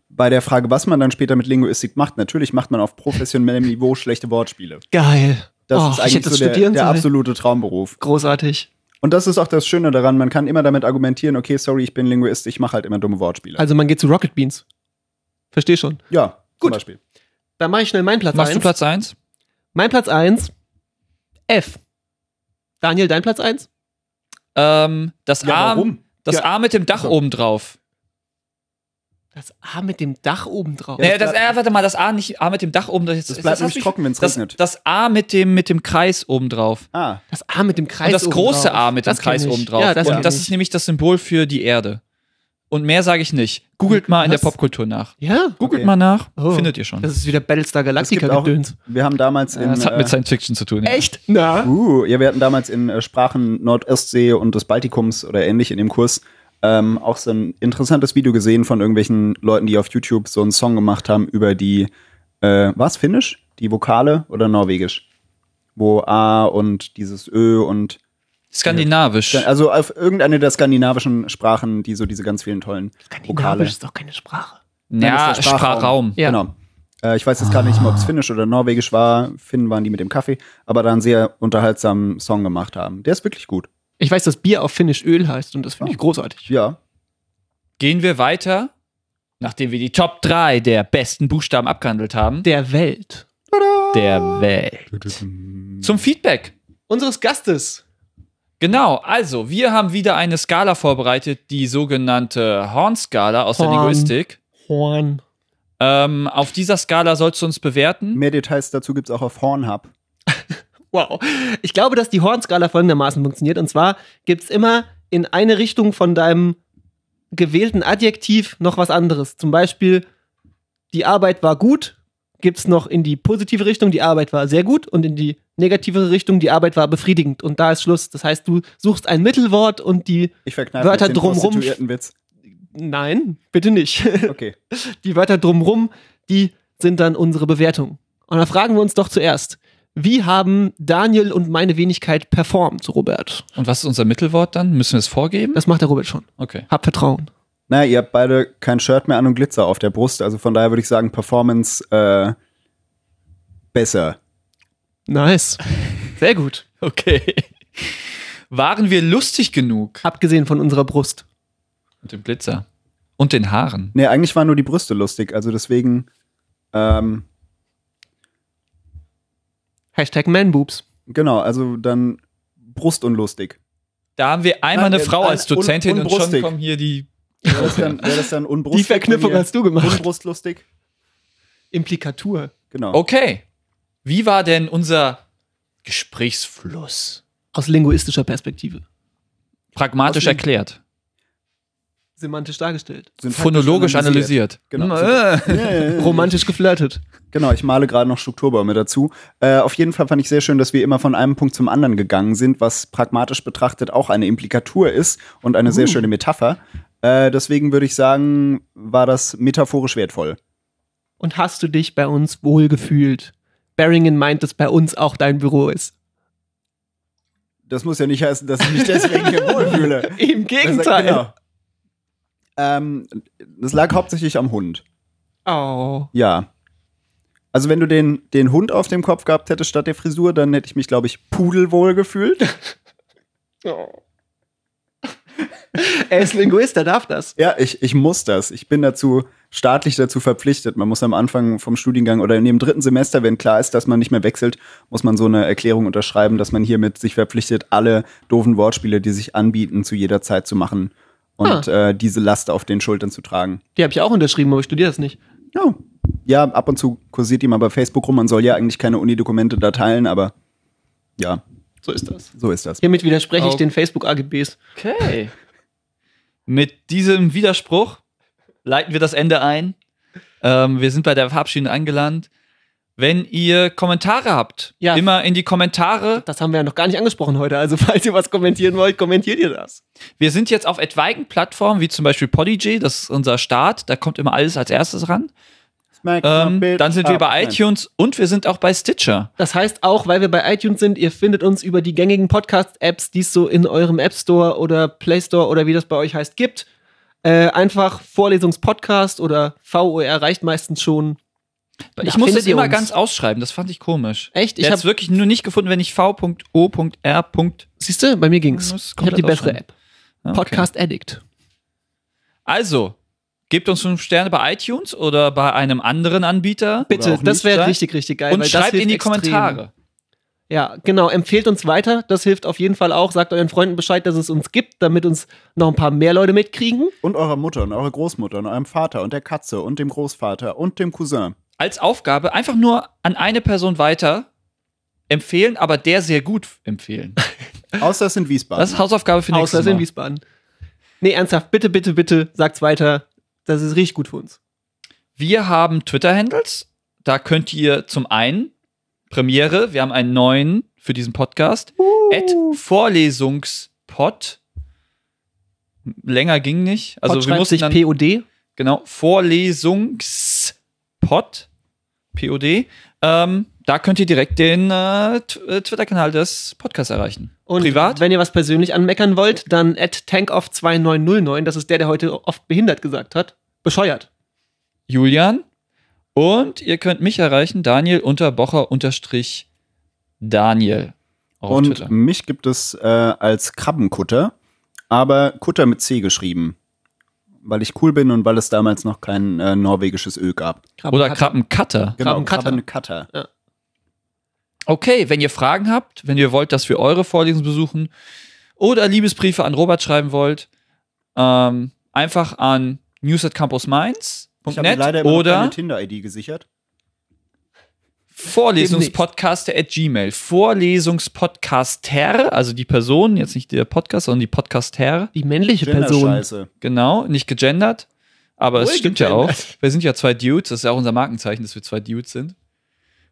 S2: bei der Frage, was man dann später mit Linguistik macht, natürlich macht man auf professionellem Niveau schlechte Wortspiele.
S7: Geil.
S2: Das
S7: Oh,
S2: ist
S7: ich
S2: eigentlich
S7: hätte das
S2: so der,
S7: studieren
S2: der
S7: sollen.
S2: absolute Traumberuf.
S7: Großartig.
S2: Und das ist auch das Schöne daran, man kann immer damit argumentieren, okay, sorry, ich bin Linguist, ich mache halt immer dumme Wortspiele.
S7: Also man geht zu Rocket Beans. Verstehe schon.
S2: ja, zum
S7: Gut.
S2: Beispiel.
S7: Dann mache ich schnell meinen Platz
S1: Machst du
S7: eins.
S1: Platz 1?
S7: Mein Platz 1. F. Daniel, dein Platz 1?
S1: Ähm, das A, das
S7: Ja.
S1: A mit dem Dach oben drauf.
S7: Das A mit dem Dach oben drauf.
S1: nee, das, äh, warte mal, das A nicht A mit dem Dach oben drauf.
S2: Das bleibt nämlich trocken, wenn es
S1: Das,
S2: regnet.
S1: das A mit dem, mit dem Kreis oben drauf.
S2: Ah,
S7: Das A mit dem Kreis
S1: Und das
S7: oben
S1: große
S7: drauf.
S1: A mit
S7: Das
S1: dem Kreis
S7: kenn ich.
S1: oben drauf.
S7: Ja, das kenn
S1: Und das
S7: ich.
S1: ist nämlich das Symbol für die Erde. Und mehr sage ich nicht. Googelt mal in der
S7: Was?
S1: Popkultur nach.
S7: Ja,
S1: Googelt
S2: Okay.
S1: mal nach,
S7: Oh.
S1: findet ihr schon.
S7: das ist wieder Battlestar Galactica
S2: auch-
S7: gedöns.
S2: wir haben damals in.
S1: Ja, das hat
S2: äh,
S1: mit Science Fiction zu tun. Ja.
S7: Echt? Na?
S2: Uh, ja, wir hatten damals in äh, Sprachen Nordostsee und des Baltikums oder ähnlich in dem Kurs ähm, auch so ein interessantes Video gesehen von irgendwelchen Leuten, die auf YouTube so einen Song gemacht haben über die, äh, was, Finnisch? Die Vokale oder Norwegisch? wo A und dieses Ö und
S1: Skandinavisch.
S2: also auf irgendeine der skandinavischen Sprachen, die so diese ganz vielen tollen Vokale.
S7: Skandinavisch ist doch keine Sprache.
S1: Ja,
S2: ist der
S1: Sprachraum.
S7: Ja.
S2: Genau. Äh, ich weiß jetzt gerade nicht mehr, ob es Finnisch oder Norwegisch war. Finnen waren die mit dem Kaffee, aber da einen sehr unterhaltsamen Song gemacht haben. Der ist wirklich gut.
S7: Ich weiß, dass Bier auf Finnisch Öl heißt und das finde ich großartig.
S2: Ja.
S1: Gehen wir weiter, nachdem wir die Top 3 der besten Buchstaben abgehandelt haben,
S7: Der Welt.
S1: der Welt. Zum Feedback.
S7: Unseres Gastes.
S1: Genau, also wir haben wieder eine Skala vorbereitet, die sogenannte Horn-Skala aus der
S7: Horn.
S1: Linguistik.
S7: Horn.
S1: Ähm, auf dieser Skala sollst du uns
S7: Mhm.
S1: bewerten.
S2: Mehr Details dazu gibt es auch auf Hornhub.
S7: Wow. Ich glaube, dass die Hornskala folgendermaßen funktioniert. Und zwar gibt es immer in eine Richtung von deinem gewählten Adjektiv noch was anderes. Zum Beispiel, die Arbeit war gut, gibt es noch in die positive Richtung, die Arbeit war sehr gut und in die negative Richtung, die Arbeit war befriedigend. Und da ist Schluss. Das heißt, du suchst ein Mittelwort und die.
S2: Ich verkneife
S7: Wörter
S2: jetzt den
S7: drumrum.
S2: prostituierten Witz.
S7: Nein, bitte nicht.
S2: Okay.
S7: die Wörter drumrum, die sind dann unsere Bewertung. Und da fragen wir uns doch zuerst, wie haben Daniel und meine Wenigkeit performt, Robert?
S1: Und was ist unser Mittelwort dann? Müssen wir es vorgeben?
S7: Das macht der Robert schon.
S1: Okay.
S7: Hab Vertrauen.
S2: Naja, ihr habt beide kein Shirt mehr an und Glitzer auf der Brust, also von daher würde ich sagen, Performance äh, besser.
S7: Nice. Sehr gut.
S1: Okay. Waren wir lustig genug?
S7: Abgesehen von unserer Brust.
S1: Mit dem Glitzer. Und den Haaren.
S2: Nee, eigentlich waren nur die Brüste lustig, also deswegen, ähm,
S7: Hashtag Manboobs.
S2: genau, also dann Brust und lustig.
S1: Da haben wir einmal
S2: Nein,
S1: eine Frau
S2: nein,
S1: als Dozentin
S2: un-
S1: und schon
S2: unbrustig.
S1: kommen hier die.
S2: Wäre das dann, wär das dann unbrustig?
S7: Die Verknüpfung
S2: von mir?
S7: hast du gemacht.
S2: Unbrustlustig?
S7: Implikatur.
S2: Genau.
S1: Okay. Wie war denn unser Gesprächsfluss?
S7: Aus linguistischer Perspektive.
S1: Pragmatisch
S2: Aus dem-
S1: erklärt.
S7: Semantisch dargestellt.
S2: Syntaktisch
S1: Phonologisch analysiert.
S2: Genau.
S1: Äh.
S2: Äh.
S7: Romantisch geflirtet.
S2: Genau, ich male gerade noch Strukturbäume dazu. Äh, auf jeden Fall fand ich sehr schön, dass wir immer von einem Punkt zum anderen gegangen sind, was pragmatisch betrachtet auch eine Implikatur ist und eine
S7: Uh.
S2: sehr schöne Metapher. Äh, deswegen würde ich sagen, war das metaphorisch wertvoll.
S7: Und hast du dich bei uns wohlgefühlt? Barrington meint, dass bei uns auch dein Büro ist.
S2: Das muss ja nicht heißen, dass ich mich deswegen hier wohlfühle.
S7: Im Gegenteil.
S2: Genau. Ähm, das lag hauptsächlich am Hund.
S7: Oh.
S2: Ja. Also wenn du den, den Hund auf dem Kopf gehabt hättest statt der Frisur, dann hätte ich mich, glaube ich, pudelwohl gefühlt.
S7: Er ist Linguist, er darf das.
S2: Ja, ich, ich muss das. Ich bin dazu staatlich dazu verpflichtet. Man muss am Anfang vom Studiengang oder in dem dritten Semester, wenn klar ist, dass man nicht mehr wechselt, muss man so eine Erklärung unterschreiben, dass man hiermit sich verpflichtet, alle doofen Wortspiele, die sich anbieten, zu jeder Zeit zu machen und
S7: Ah.
S2: äh, diese Last auf den Schultern zu tragen.
S7: Die habe ich auch unterschrieben, aber ich studiere das nicht.
S2: Ja. ja, ab und zu kursiert die mal bei Facebook rum. Man soll ja eigentlich keine Uni-Dokumente da teilen, aber ja,
S7: So ist das.
S2: so ist das.
S7: Hiermit widerspreche ich
S1: Oh.
S7: den Facebook-AGBs.
S1: Okay. Mit diesem Widerspruch leiten wir das Ende ein. Ähm, wir sind bei der Verabschiedung angelangt. Wenn ihr Kommentare habt,
S7: Ja.
S1: immer in die Kommentare.
S7: Das haben wir ja noch gar nicht angesprochen heute. Also, falls ihr was kommentieren wollt, kommentiert ihr das.
S1: Wir sind jetzt auf etwaigen Plattformen, wie zum Beispiel Podigy, das ist unser Start. Da kommt immer alles als erstes ran. Ähm, dann sind wir
S2: ah,
S7: Ah,
S1: bei iTunes und wir sind auch bei Stitcher.
S7: Das heißt auch, weil wir bei iTunes sind, ihr findet uns über die gängigen Podcast-Apps, die es so in eurem App Store oder Play Store oder wie das bei euch heißt, gibt. Äh, einfach Vorlesungspodcast oder VOR reicht meistens schon.
S1: Ich
S7: Da
S1: muss
S7: findet
S1: das
S7: ihr
S1: immer
S7: uns.
S1: ganz ausschreiben, das fand ich komisch.
S7: Echt?
S1: Ich
S7: Ich
S1: habe es
S7: hab,
S1: wirklich nur nicht gefunden, wenn ich v.o.r.
S7: siehst du, bei mir
S1: Ich muss
S7: ging's. Ich habe die
S1: komplett
S7: bessere
S1: aufschreiben.
S7: App. Podcast Addict.
S1: Also, gebt uns fünf Sterne bei iTunes oder bei einem anderen Anbieter.
S7: Bitte,
S2: auch
S7: das
S2: nicht
S7: wäre
S1: sein.
S7: richtig, richtig geil.
S1: Und
S7: weil das
S1: schreibt in
S7: hilft
S1: die
S7: extrem.
S1: Kommentare.
S7: Ja, genau. Empfehlt uns weiter. Das hilft auf jeden Fall auch. Sagt euren Freunden Bescheid, dass es uns gibt, damit uns noch ein paar mehr Leute mitkriegen.
S2: Und eurer Mutter und eurer Großmutter und eurem Vater und der Katze und dem Großvater und dem Cousin.
S1: Als Aufgabe einfach nur an eine Person weiter empfehlen, aber der sehr gut empfehlen.
S2: Außer es sind Wiesbaden.
S1: Das ist Hausaufgabe für nächstes
S7: Außer in
S1: Mal.
S7: Wiesbaden. Nee, ernsthaft. Bitte, bitte, bitte. Sagt's weiter. Das ist richtig gut für uns.
S1: Wir haben Twitter-Handles. Da könnt ihr zum einen Premiere, wir haben einen neuen für diesen Podcast. At Vorlesungspod. Länger ging nicht. Also
S7: Pod
S1: wir
S7: schreibt
S1: mussten
S7: sich
S1: dann
S7: POD.
S1: Genau, Vorlesungspod, POD. Ähm, da könnt ihr direkt den äh, Tw- äh, Twitter-Kanal des Podcasts erreichen.
S7: Und
S1: Privat?
S7: wenn ihr was persönlich anmeckern wollt, dann at tankoff2909, das ist der, der heute oft behindert gesagt hat. Bescheuert.
S1: Julian. Und ihr könnt mich erreichen, Daniel unter Bocher unterstrich Daniel. Auf
S2: Und
S1: Twitter.
S2: mich gibt es äh, als Krabbenkutter, aber Kutter mit C geschrieben. Weil ich cool bin und weil es damals noch kein äh, norwegisches Öl gab. Genau,
S1: Oder Krabbencutter.
S7: Krabbenkutter.
S2: Krabbenkutter.
S1: Okay, wenn ihr Fragen habt, wenn ihr wollt, dass wir eure Vorlesungen besuchen oder Liebesbriefe an Robert schreiben wollt, ähm, einfach an
S2: Ich habe mir
S1: news@campusmainz.net
S2: leider immer noch keine
S1: oder
S2: Tinder-ID gesichert.
S1: Vorlesungspodcaster at Gmail. Vorlesungspodcaster, also die Person, jetzt nicht der Podcast, sondern die Podcaster,
S7: Die männliche Person.
S2: Gender-Scheiße.
S1: genau, nicht gegendert, aber es
S7: Wohl
S1: stimmt
S7: gegendert.
S1: ja auch. Wir sind ja zwei Dudes, das ist ja auch unser Markenzeichen, dass wir zwei Dudes sind.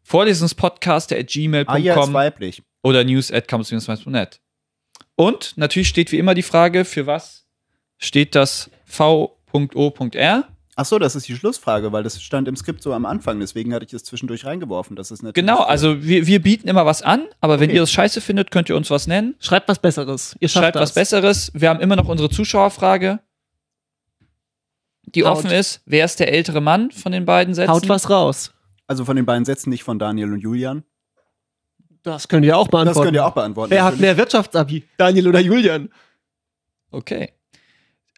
S1: Vorlesungspodcaster at
S2: Ah, ja, ist
S1: gmail.com
S2: weiblich.
S1: oder news at campus-mainz.net. Und natürlich steht wie immer die Frage, für was steht das v.o.r?
S2: Ach so, das ist die Schlussfrage, weil das stand im Skript so am Anfang. Deswegen hatte ich es zwischendurch reingeworfen. Das ist natürlich
S1: Genau, also wir, wir bieten immer was an, aber wenn
S2: Okay.
S1: ihr das scheiße findet, könnt ihr uns was nennen.
S7: Schreibt was Besseres. Ihr schafft
S1: Schreibt
S7: das.
S1: was Besseres. Wir haben immer noch unsere Zuschauerfrage, die
S7: Haut.
S1: offen ist. Wer ist der ältere Mann von den beiden Sätzen?
S7: Haut was raus.
S2: Also von den beiden Sätzen, nicht von Daniel und Julian.
S7: Das könnt ihr auch beantworten.
S2: Das könnt ihr auch beantworten.
S7: Wer hat
S2: natürlich.
S7: mehr Wirtschaftsabi? Daniel oder Julian?
S1: Okay.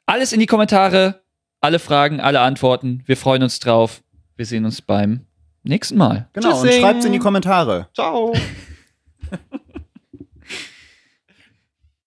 S1: Alles in die Kommentare, alle Fragen, alle Antworten. Wir freuen uns drauf. Wir sehen uns beim nächsten Mal.
S2: Genau, und
S7: Tschüssing.
S2: schreibt in die Kommentare.
S7: Ciao.